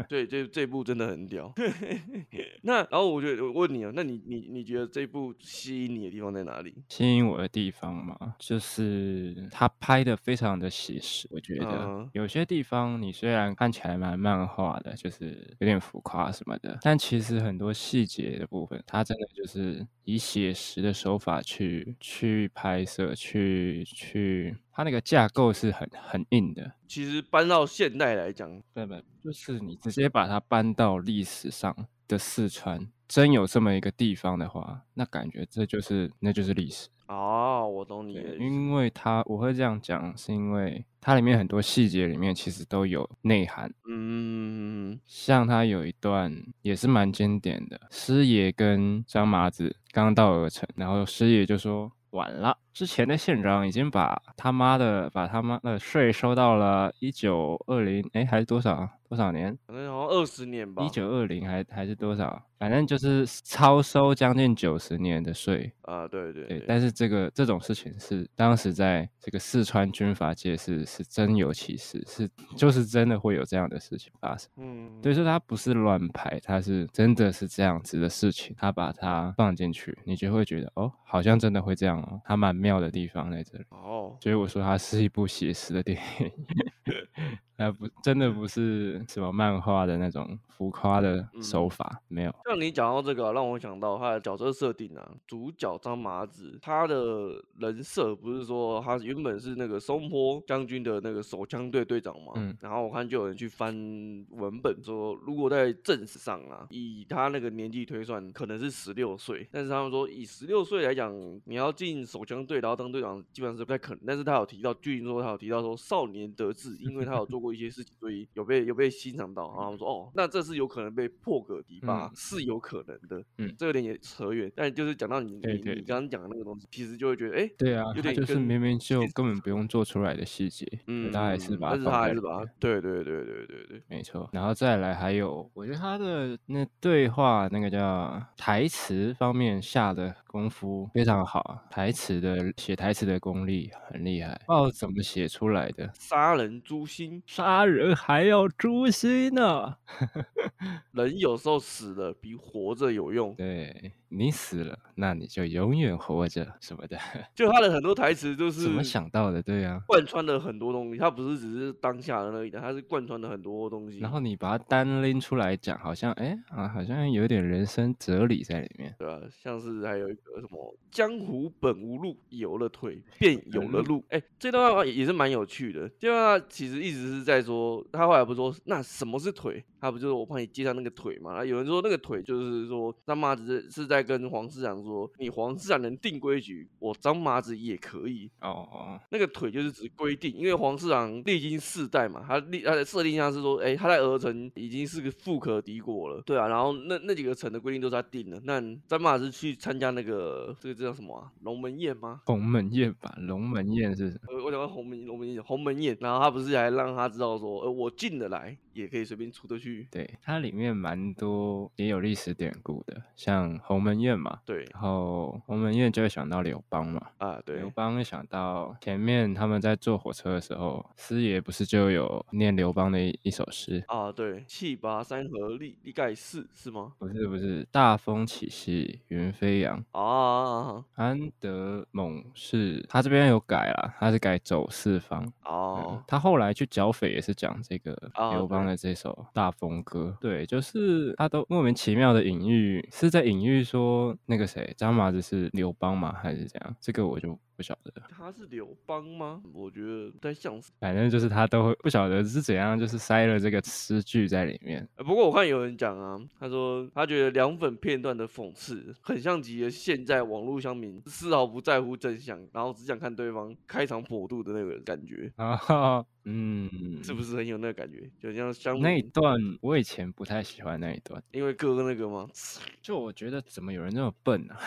S3: 对，这这部真的很屌。那然后我觉得我问你啊，那你你你觉得这部吸引你的地方在哪里？
S4: 吸引我的地方嘛，就是他拍的非常的写实，我觉
S3: 嗯
S4: 得有些地方你虽然看起来蛮漫画的，就是有点浮夸什么的，但其实很多细节的部分，他真的就是以写实的手法去去拍摄，去去，他那个架构是很很硬的，
S3: 其实搬到现代来讲，
S4: 对不？就是你直接把它搬到历史上的四川，真有这么一个地方的话，那感觉这就是那就是历史。
S3: 哦，我懂你的
S4: 对，
S3: 意思。
S4: 因为它我会这样讲，是因为它里面很多细节里面其实都有内涵。
S3: 嗯，
S4: 像它有一段也是蛮经典的，师爷跟张麻子刚到鹅城，然后师爷就说晚了，之前的县长已经把他妈的把他妈的税收到了一九二零，哎还是多少啊多少年？
S3: 可能好像二十年吧。
S4: 一九二零还还是多少？反正就是超收将近九十年的税，
S3: 啊，对对
S4: 对，
S3: 对，
S4: 但是这个这种事情是当时在这个四川军阀界是是真有其事，是就是真的会有这样的事情发生。
S3: 嗯，
S4: 对，所以它不是乱排，它是真的是这样子的事情，他把它放进去，你就会觉得哦，好像真的会这样哦，它蛮妙的地方在这里。
S3: 哦，
S4: 所以我说它是一部写实的电影， [laughs] 那不真的不是什么漫画的那种浮夸的
S3: 嗯
S4: 手法，没有。
S3: 像你讲到这个啊、让我想到他的角色设定啊，主角张麻子，他的人设不是说他原本是那个松坡将军的那个手枪队队长嘛？
S4: 嗯
S3: 然后我看就有人去翻文本说，如果在正史上啊，以他那个年纪推算，可能是十六岁，但是他们说以十六岁来讲，你要进手枪队然后当队长，基本上是不太可能。但是他有提到，据说他有提到说少年得志，因为他有做过一些事情，所以有被有被欣赏到。然后我们说哦，那这是有可能被破格提拔，
S4: 嗯
S3: 是有可能的。
S4: 嗯
S3: 这有点也扯远，但就是讲到你
S4: 对
S3: 你
S4: 对
S3: 你
S4: 对
S3: 刚刚讲的那个东西，其实就会觉得哎。诶
S4: 对啊
S3: 有，
S4: 它
S3: 点
S4: 就是
S3: 跟
S4: 明明
S3: 现
S4: 就
S3: 实
S4: 根本不用做出来的细节，
S3: 嗯，
S4: 他还是把它
S3: 但是
S4: 放
S3: 他
S4: 在
S3: 还是
S4: 里
S3: 把
S4: 面
S3: 它，对对对对对对，
S4: 没错，然后再来还有，我觉得他的那对话那个叫台词方面下的功夫非常好，啊台词的写台词的功力很厉害，不知道怎么写出来的。
S3: 杀人诛心，
S4: 杀人还要诛心呢、
S3: 人有时候死了比活着有用。
S4: 对你死了，那你就永远活着什么的， [laughs]
S3: 就他的很多台词都是
S4: 怎么想到的？对啊，
S3: 贯穿了很多东西，他不是只是当下的那一点，他是贯穿了很多东西。
S4: 然后你把它单拎出来讲，好像哎啊，好像有点人生哲理在里面。
S3: 对啊，像是还有一个什么“江湖本无路，有了腿便有了路”。哎，这段话也是蛮有趣的。这段话其实一直是在说，他后来不是说那什么是腿，他不就是我帮你接上那个腿嘛？啊有人说那个腿就是说张麻子是是在跟黄市长说，你黄市长能定规矩，我张麻子也可以。
S4: 哦，
S3: 那个腿就是指规定，因为黄市长历经世代嘛，他立他的设定上是说，哎、他在鹅城已经是个富可敌国了，对啊，然后那那几个城的规定都是他定的。那詹马是去参加那个这个这叫什么啊？龙门宴吗？
S4: 鸿门宴吧，龙门宴是什么
S3: 呃，我讲到鸿门龙门宴，鸿门宴，然后他不是还让他知道说，呃，我进得来，也可以随便出得去。
S4: 对，它里面蛮多也有历史典故的，像鸿门宴嘛，
S3: 对
S4: 然后鸿门宴就会想到刘邦嘛，
S3: 啊，对
S4: 刘邦会想到前面他们在坐火车的时候，师爷不是就有念刘邦的一一首诗？
S3: 啊，对，气拔山河立立盖世是吗？
S4: 不是不是，大风起兮云飞扬，
S3: 啊
S4: 安得猛士。他这边有改啦，他是改走四方。
S3: 哦
S4: 嗯，他后来去剿匪也是讲这个
S3: 哦
S4: 刘邦
S3: 对
S4: 的这首《大风歌》，对，就是他都莫名其妙的隐喻，是在隐喻说那个谁张麻子是刘邦吗？还是怎样？这个我就不晓得了，
S3: 他是刘邦吗？我觉得不太像是。
S4: 反正就是他都会不晓得是怎样，就是塞了这个诗句在里面。
S3: 呃不过我看有人讲啊，他说他觉得凉粉片段的讽刺很像极了现在网络乡民丝毫不在乎真相，然后只想看对方开场破肚的那个感觉，
S4: 然后，嗯，
S3: 是不是很有那个感觉？就像乡
S4: 那一
S3: 民
S4: 段我以前不太喜欢那一段，
S3: 因为割那个吗？ [laughs]
S4: 就我觉得怎么有人这么笨啊？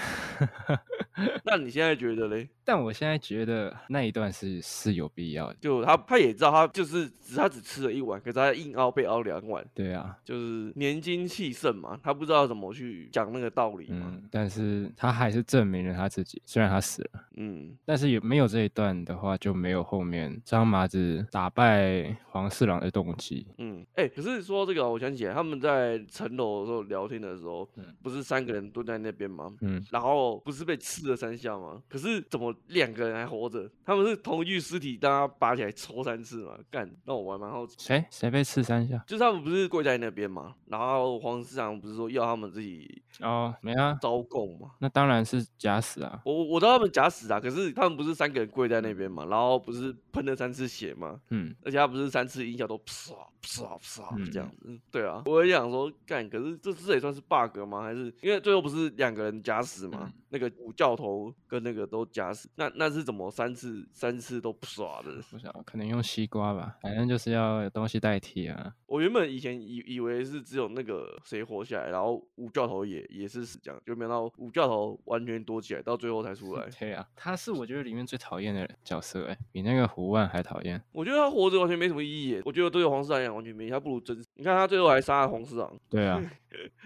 S4: [laughs]
S3: 那你现在觉得嘞？
S4: 但我现在觉得那一段是是有必要的。
S3: 就他他也知道他就是只他只吃了一碗，可是他硬凹被凹两碗，
S4: 对啊，
S3: 就是年轻气盛嘛，他不知道怎么去讲那个道理嘛。
S4: 嗯，但是他还是证明了他自己，虽然他死了，
S3: 嗯，
S4: 但是也没有这一段的话，就没有后面张麻子打败黄四郎的动机。
S3: 嗯，哎、可是说到这个啊，我想起来，他们在城楼的时候聊天的时候，
S4: 嗯
S3: 不是三个人蹲在那边吗？
S4: 嗯，
S3: 然后不是被刺了三下吗？可是怎么两个人还活着？他们是同一具尸体，大家拔起来抽三次嘛？干，那我还蛮好奇。
S4: 谁谁被刺三下？
S3: 就是他们不是跪在那边嘛，然后黄市长不是说要他们自己
S4: 哦，没啊，
S3: 招供嘛？
S4: 那当然是假死啊。
S3: 我我知道他们假死啊，可是他们不是三个人跪在那边嘛，然后不是喷了三次血嘛，
S4: 嗯，
S3: 而且他不是三次音效都唰唰唰这样
S4: 嗯
S3: 子，对啊，我也想说干，可是这这也算是 bug 吗？还是因为最后不是两个人假死
S4: 嗯
S3: 吗？那个五教头跟那个都假死，那那是怎么三次三次都唰的？
S4: 不晓得可能用西瓜吧，反正就是要有东西代替啊。
S3: 我原本以前以以为是只有那个谁活下来，然后五教头也也是死这样，就没想到五教头完全躲起来，到最后才出来。
S4: [laughs] 对啊，他是我觉得里面最讨厌的角色、欸，比那个胡万还讨厌。
S3: 我觉得他活着完全没什么意义耶，我觉得对黄市长来讲完全没意义，他不如真死。你看他最后还杀了黄市长，
S4: 对 [laughs] 啊，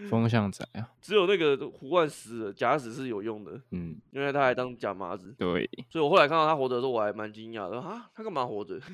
S4: 风向仔啊，
S3: 只有那个胡万死了，假死是有用的。
S4: 嗯，
S3: 因为他还当假麻子，
S4: 对，
S3: 所以我后来看到他活着的时候，我还蛮惊讶的啊，他干嘛活着？ [laughs]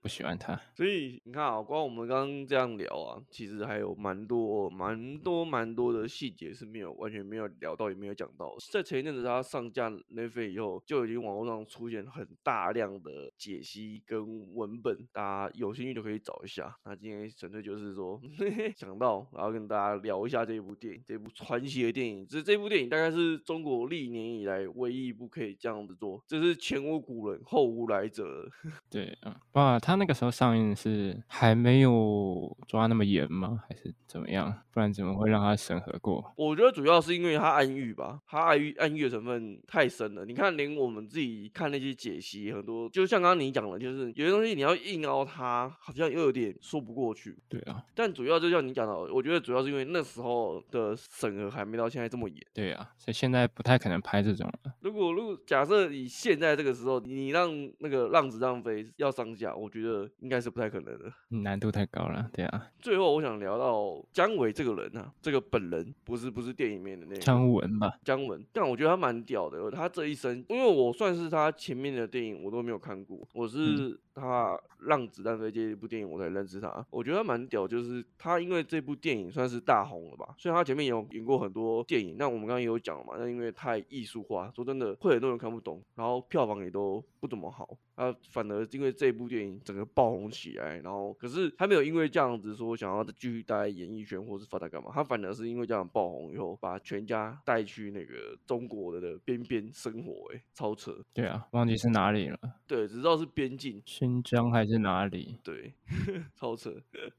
S4: 不喜欢他。
S3: 所以你看啊，光我们刚刚这样聊啊，其实还有蛮多、蛮多、蛮多的细节是没有完全没有聊到，也没有讲到。在前一阵子他上架 n e t f 以后，就已经网络上出现很大量的解析跟文本，大家有兴趣就可以找一下。那今天纯粹就是说 [laughs] 想到，然后跟大家聊一下这部电影，这部传奇的电影。这这部电影大概是中国历年以来唯一一部可以这样子做，这是前无古人后无来者了。
S4: 对啊，哇，他那个时候上映是还没有抓那么严吗？还是怎么样？不然怎么会让他审核过？
S3: 我觉得主要是因为他暗喻吧，他暗喻暗喻的成分太深了。你看，连我们自己看那些解析，很多就像刚刚你讲的，就是有些东西你要硬凹它，好像又有点说不过去。
S4: 对啊，
S3: 但主要就像你讲的，我觉得主要是因为那时候的审核还没到现在这么严。
S4: 对啊，所以现在不太可能拍这种了。
S3: 如果如果假设以现在这个时候，你让那个浪子浪飞要上架，我觉得应该是不太可能的。
S4: 嗯难度太高了，对啊，
S3: 最后，我想聊到姜维这个人啊，这个本人不是不是电影里面的那个
S4: 张文吧，
S3: 姜文，但我觉得他蛮屌的。他这一生，因为我算是他前面的电影我都没有看过，我是他《让子弹飞》这一部电影我才认识他。我觉得他蛮屌，就是他因为这部电影算是大红了吧。虽然他前面有演过很多电影，那我们刚刚也有讲了嘛，那因为太艺术化，说真的会很多人看不懂，然后票房也都不怎么好。他反而因为这部电影整个爆红起来，然后可是他没有因为这样子说想要继续待在演艺圈或是发展干嘛，他反而是因为这样爆红以后，把全家带去那个中国的那个边边生活、欸，超扯。
S4: 对啊，忘记是哪里了，
S3: 对，只知道是边境，
S4: 新疆还是哪里？
S3: 对， [laughs] 超扯。 [laughs]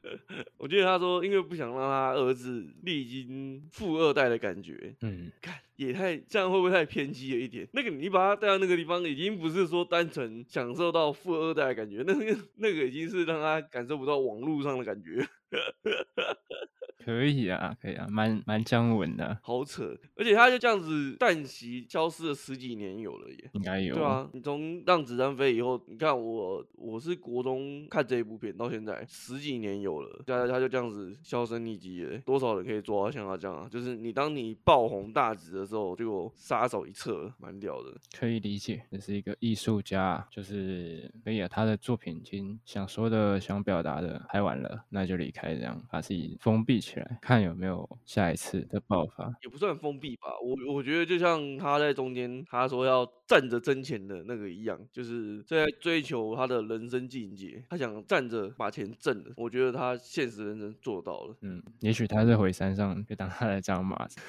S3: 我记得他说，因为不想让他儿子历经富二代的感觉，
S4: 嗯，
S3: 看也太这样会不会太偏激了一点？那个你把他带到那个地方，已经不是说单纯享受到富二代的感觉，那个那个已经是让他感受不到网络上的感觉。
S4: 可以啊，可以啊，蛮蛮姜文的，
S3: [laughs] 好扯，而且他就这样子淡息消失了十几年有了耶。
S4: 应该有。
S3: 对啊，你从《让子弹飞》以后，你看我我是国中看这一部片到现在十几年有了，大家他就这样子销声匿迹了。多少人可以做到像他这样啊？就是你当你爆红大紫的时候，结果杀手一撤，蛮屌的。
S4: 可以理解，这是一个艺术家，就是可以啊，他的作品已经想说的、想表达的拍完了，那就离开，这样把自己封闭起来，看有没有下一次的爆发。
S3: 也不算封闭吧，我我觉得就像他在中间他说要站着挣钱的那个一样，就是在追求他的人生境界，他想站着把钱挣了。我觉得他现实人生做到了。 [laughs]
S4: 嗯，也许他是回山上就当他的张马子，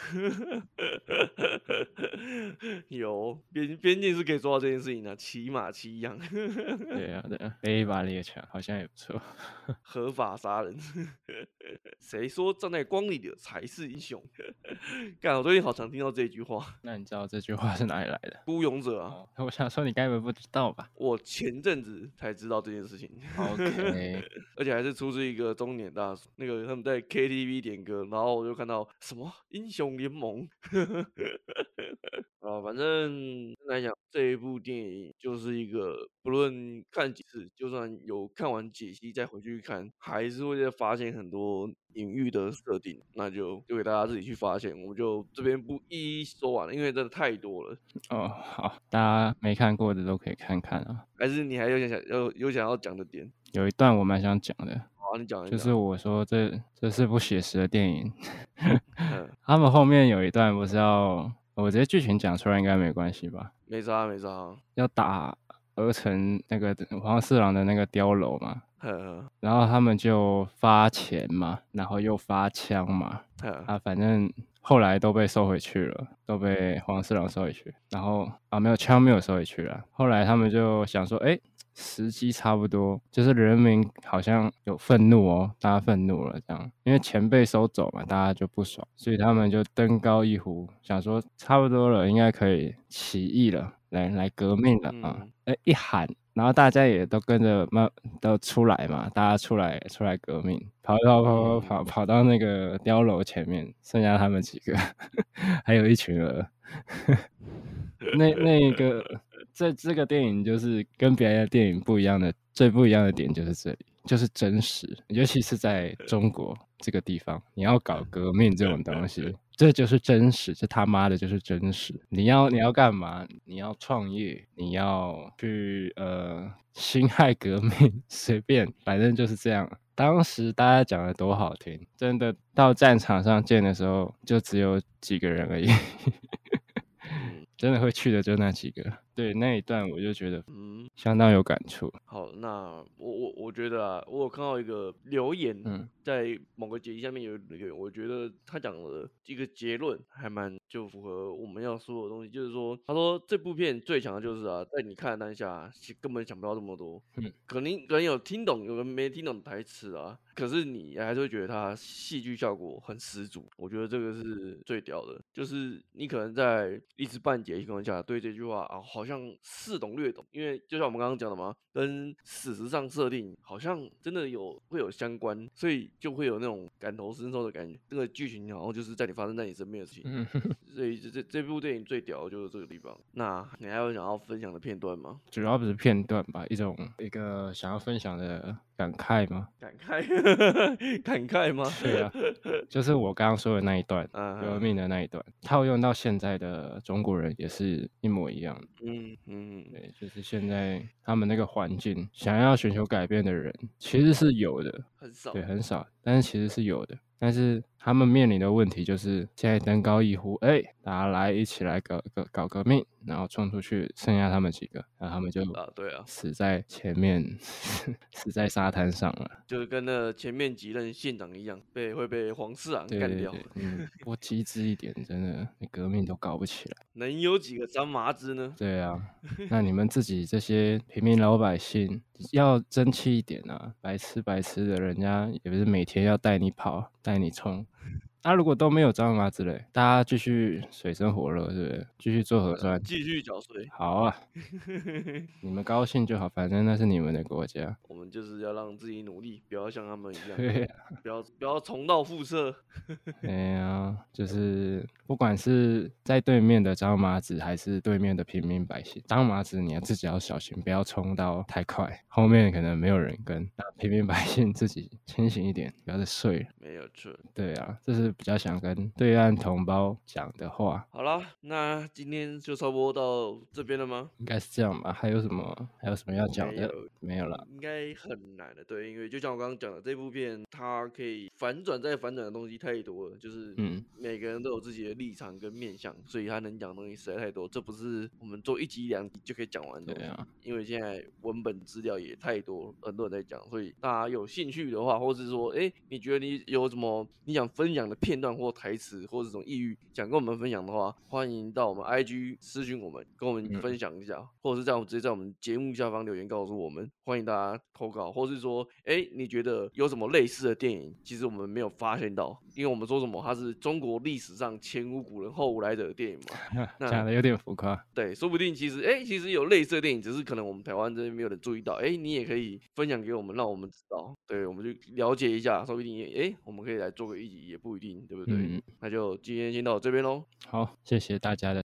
S3: 有边边境是可以做到这件事情的、骑马骑羊，
S4: 对啊，对啊，背一把猎枪好像也不错。
S3: [laughs]
S4: [laughs]
S3: 合法杀人。 [laughs] 谁说站在光里的才是英雄？ [laughs] 干，我最近好常听到这句话，
S4: 那你知道这句话是哪里来的？
S3: 孤勇者啊。
S4: 哦，我想说你该不会不知道吧
S3: 我前阵子才知道这件事情，
S4: ？OK，
S3: 而且还是出自一个中年大叔，那个他们在 KTV 点歌，然后我就看到什么英雄联盟， [laughs] 啊，反正来讲这一部电影就是一个不论看几次，就算有看完解析再回去看，还是会再发现很多隐喻的设定，那就就给大家自己去发现，我们就这边不一一说完了，因为真的太多了。
S4: 哦，好，大家没看过的都可以看看啊。
S3: 还是你还有想想有有想要讲的点？
S4: 有一段我蛮想讲的，
S3: 好啊，你讲一
S4: 就
S3: 讲。
S4: 是我说这这是部写实的电影，
S3: 嗯
S4: [laughs] 他们后面有一段不是要，我直接剧情讲出来应该没关系吧？
S3: 没啥没啊啥，
S4: 要打鹅城那个黄四郎的那个碉楼嘛，
S3: 呵
S4: 然后他们就发钱嘛，然后又发枪嘛，
S3: 呵呵，
S4: 啊，反正后来都被收回去了，都被黄四郎收回去。然后啊，没有枪没有收回去了。后来他们就想说，哎，时机差不多，就是人民好像有愤怒哦，大家愤怒了这样，因为钱被收走嘛，大家就不爽，所以他们就登高一呼，想说差不多了，应该可以起义了，来来革命了啊！
S3: 嗯
S4: 哎、一喊。然后大家也都跟着慢都出来嘛，大家出来出来革命，跑到跑跑跑跑到那个碉楼前面，剩下他们几个， [laughs] 还有一群鹅。那那个这这个电影就是跟别的电影不一样的，最不一样的点就是这里，就是真实，尤其是在中国这个地方，你要搞革命这种东西，这就是真实，这他妈的就是真实。你要你要干嘛？你要创业，你要去呃辛亥革命，随便，反正就是这样。当时大家讲的多好听，真的到战场上见的时候，就只有几个人而已。真的会去的就那几个。对那一段，我就觉得
S3: 嗯，
S4: 相当有感触。
S3: 好，那我我我觉得啊，我有看到一个留言，
S4: 嗯，
S3: 在某个解析下面有一个留言，我觉得他讲的一个结论还蛮就符合我们要说的东西，就是说，他说这部片最强的就是啊，在你看的当下，其实根本想不到这么多，
S4: 嗯，
S3: 可能可能有听懂，有人没听懂台词啊，可是你还是会觉得它戏剧效果很十足，我觉得这个是最屌的，就是你可能在一知半解的情况下，对这句话啊好像似懂略懂，因为就像我们刚刚讲的嘛，跟史实上设定好像真的有会有相关，所以就会有那种感同身受的感觉。这个剧情好像就是在你发生在你身边的事情，
S4: 嗯，
S3: 所以这这这部电影最屌的就是这个地方。那你还有想要分享的片段吗？ [laughs]
S4: 主要不是片段吧，一种一个想要分享的感慨吗？
S3: 感慨，感慨 [laughs] 吗？
S4: 对啊，就是我刚刚说的那一段。革
S3: [laughs] 啊，
S4: 命的那一段套用到现在的中国人也是一模一样的，
S3: 嗯嗯，
S4: 对，就是现在他们那个环境，想要寻求改变的人其实是有的，
S3: 很少，
S4: 对，啊很少，但是其实是有的。但是他们面临的问题就是现在登高一呼，哎，大家来一起来搞搞搞革命，然后冲出去，剩下他们几个，然后他们就
S3: 啊，对啊，
S4: 死在前面， [laughs] 死在沙滩上了。
S3: 就是跟那前面几任县长一样，被会被黄四郎
S4: 对
S3: 干
S4: 对
S3: 掉。
S4: 对，嗯，多机智一点，真的，你革命都搞不起来。
S3: 能有几个张麻子呢？
S4: 对啊，那你们自己这些平民老百姓要争气一点啊！白吃白吃的，人家也不是每天要带你跑、带你冲，那、如果都没有章马之类，大家继续水深火热，是不是？继续做核酸，
S3: 继续缴税。
S4: 好啊，你们高兴就好，反正那是你们的国家。 [laughs]
S3: 我们就是要让自己努力，不要像他们一样，
S4: 对啊，
S3: 不要不要重蹈覆辙。
S4: [laughs] 哎呀，就是不管是在对面的张麻子，还是对面的平民百姓，张麻子你要自己要小心，不要冲到太快，后面可能没有人跟。那平民百姓自己清醒一点，不要再睡了。
S3: 没有错。
S4: 对啊，这是比较想跟对岸同胞讲的话，
S3: 好啦，那今天就差不多到这边了吗？
S4: 应该是这样吧？还有什么？还有什么要讲
S3: 没
S4: 的
S3: 有？
S4: 没有了。
S3: 应该很难的，对，因为就像我刚刚讲的，这部片它可以反转再反转的东西太多了，就是
S4: 嗯
S3: 每个人都有自己的立场跟面向，所以他能讲的东西实在太多，这不是我们做一集两集就可以讲完的
S4: 对
S3: 东西。
S4: 啊，
S3: 因为现在文本资料也太多，很多人在讲，所以大家有兴趣的话，或是说，哎、你觉得你有什么你想分享的片段或台词，或者这种抑郁，想跟我们分享的话，欢迎到我们 IG 私讯我们，跟我们
S4: 嗯
S3: 分享一下，或者是在我们直接在我们节目下方留言告诉我们，欢迎大家投稿，或是说，哎、你觉得有什么类似的电影，其实我们没有发现到，因为我们说什么它是中国历史上前无古人后无来者的电影嘛，那
S4: [laughs] 讲的有点浮夸。
S3: 对，说不定其实哎、其实有类似的电影，只是可能我们台湾这边没有人注意到。哎、你也可以分享给我们，让我们知道，对，我们去了解一下，说不定也哎、我们可以来做个一集，也不一定，对不对？
S4: 嗯，
S3: 那就今天先到这边喽。
S4: 好，谢谢大家的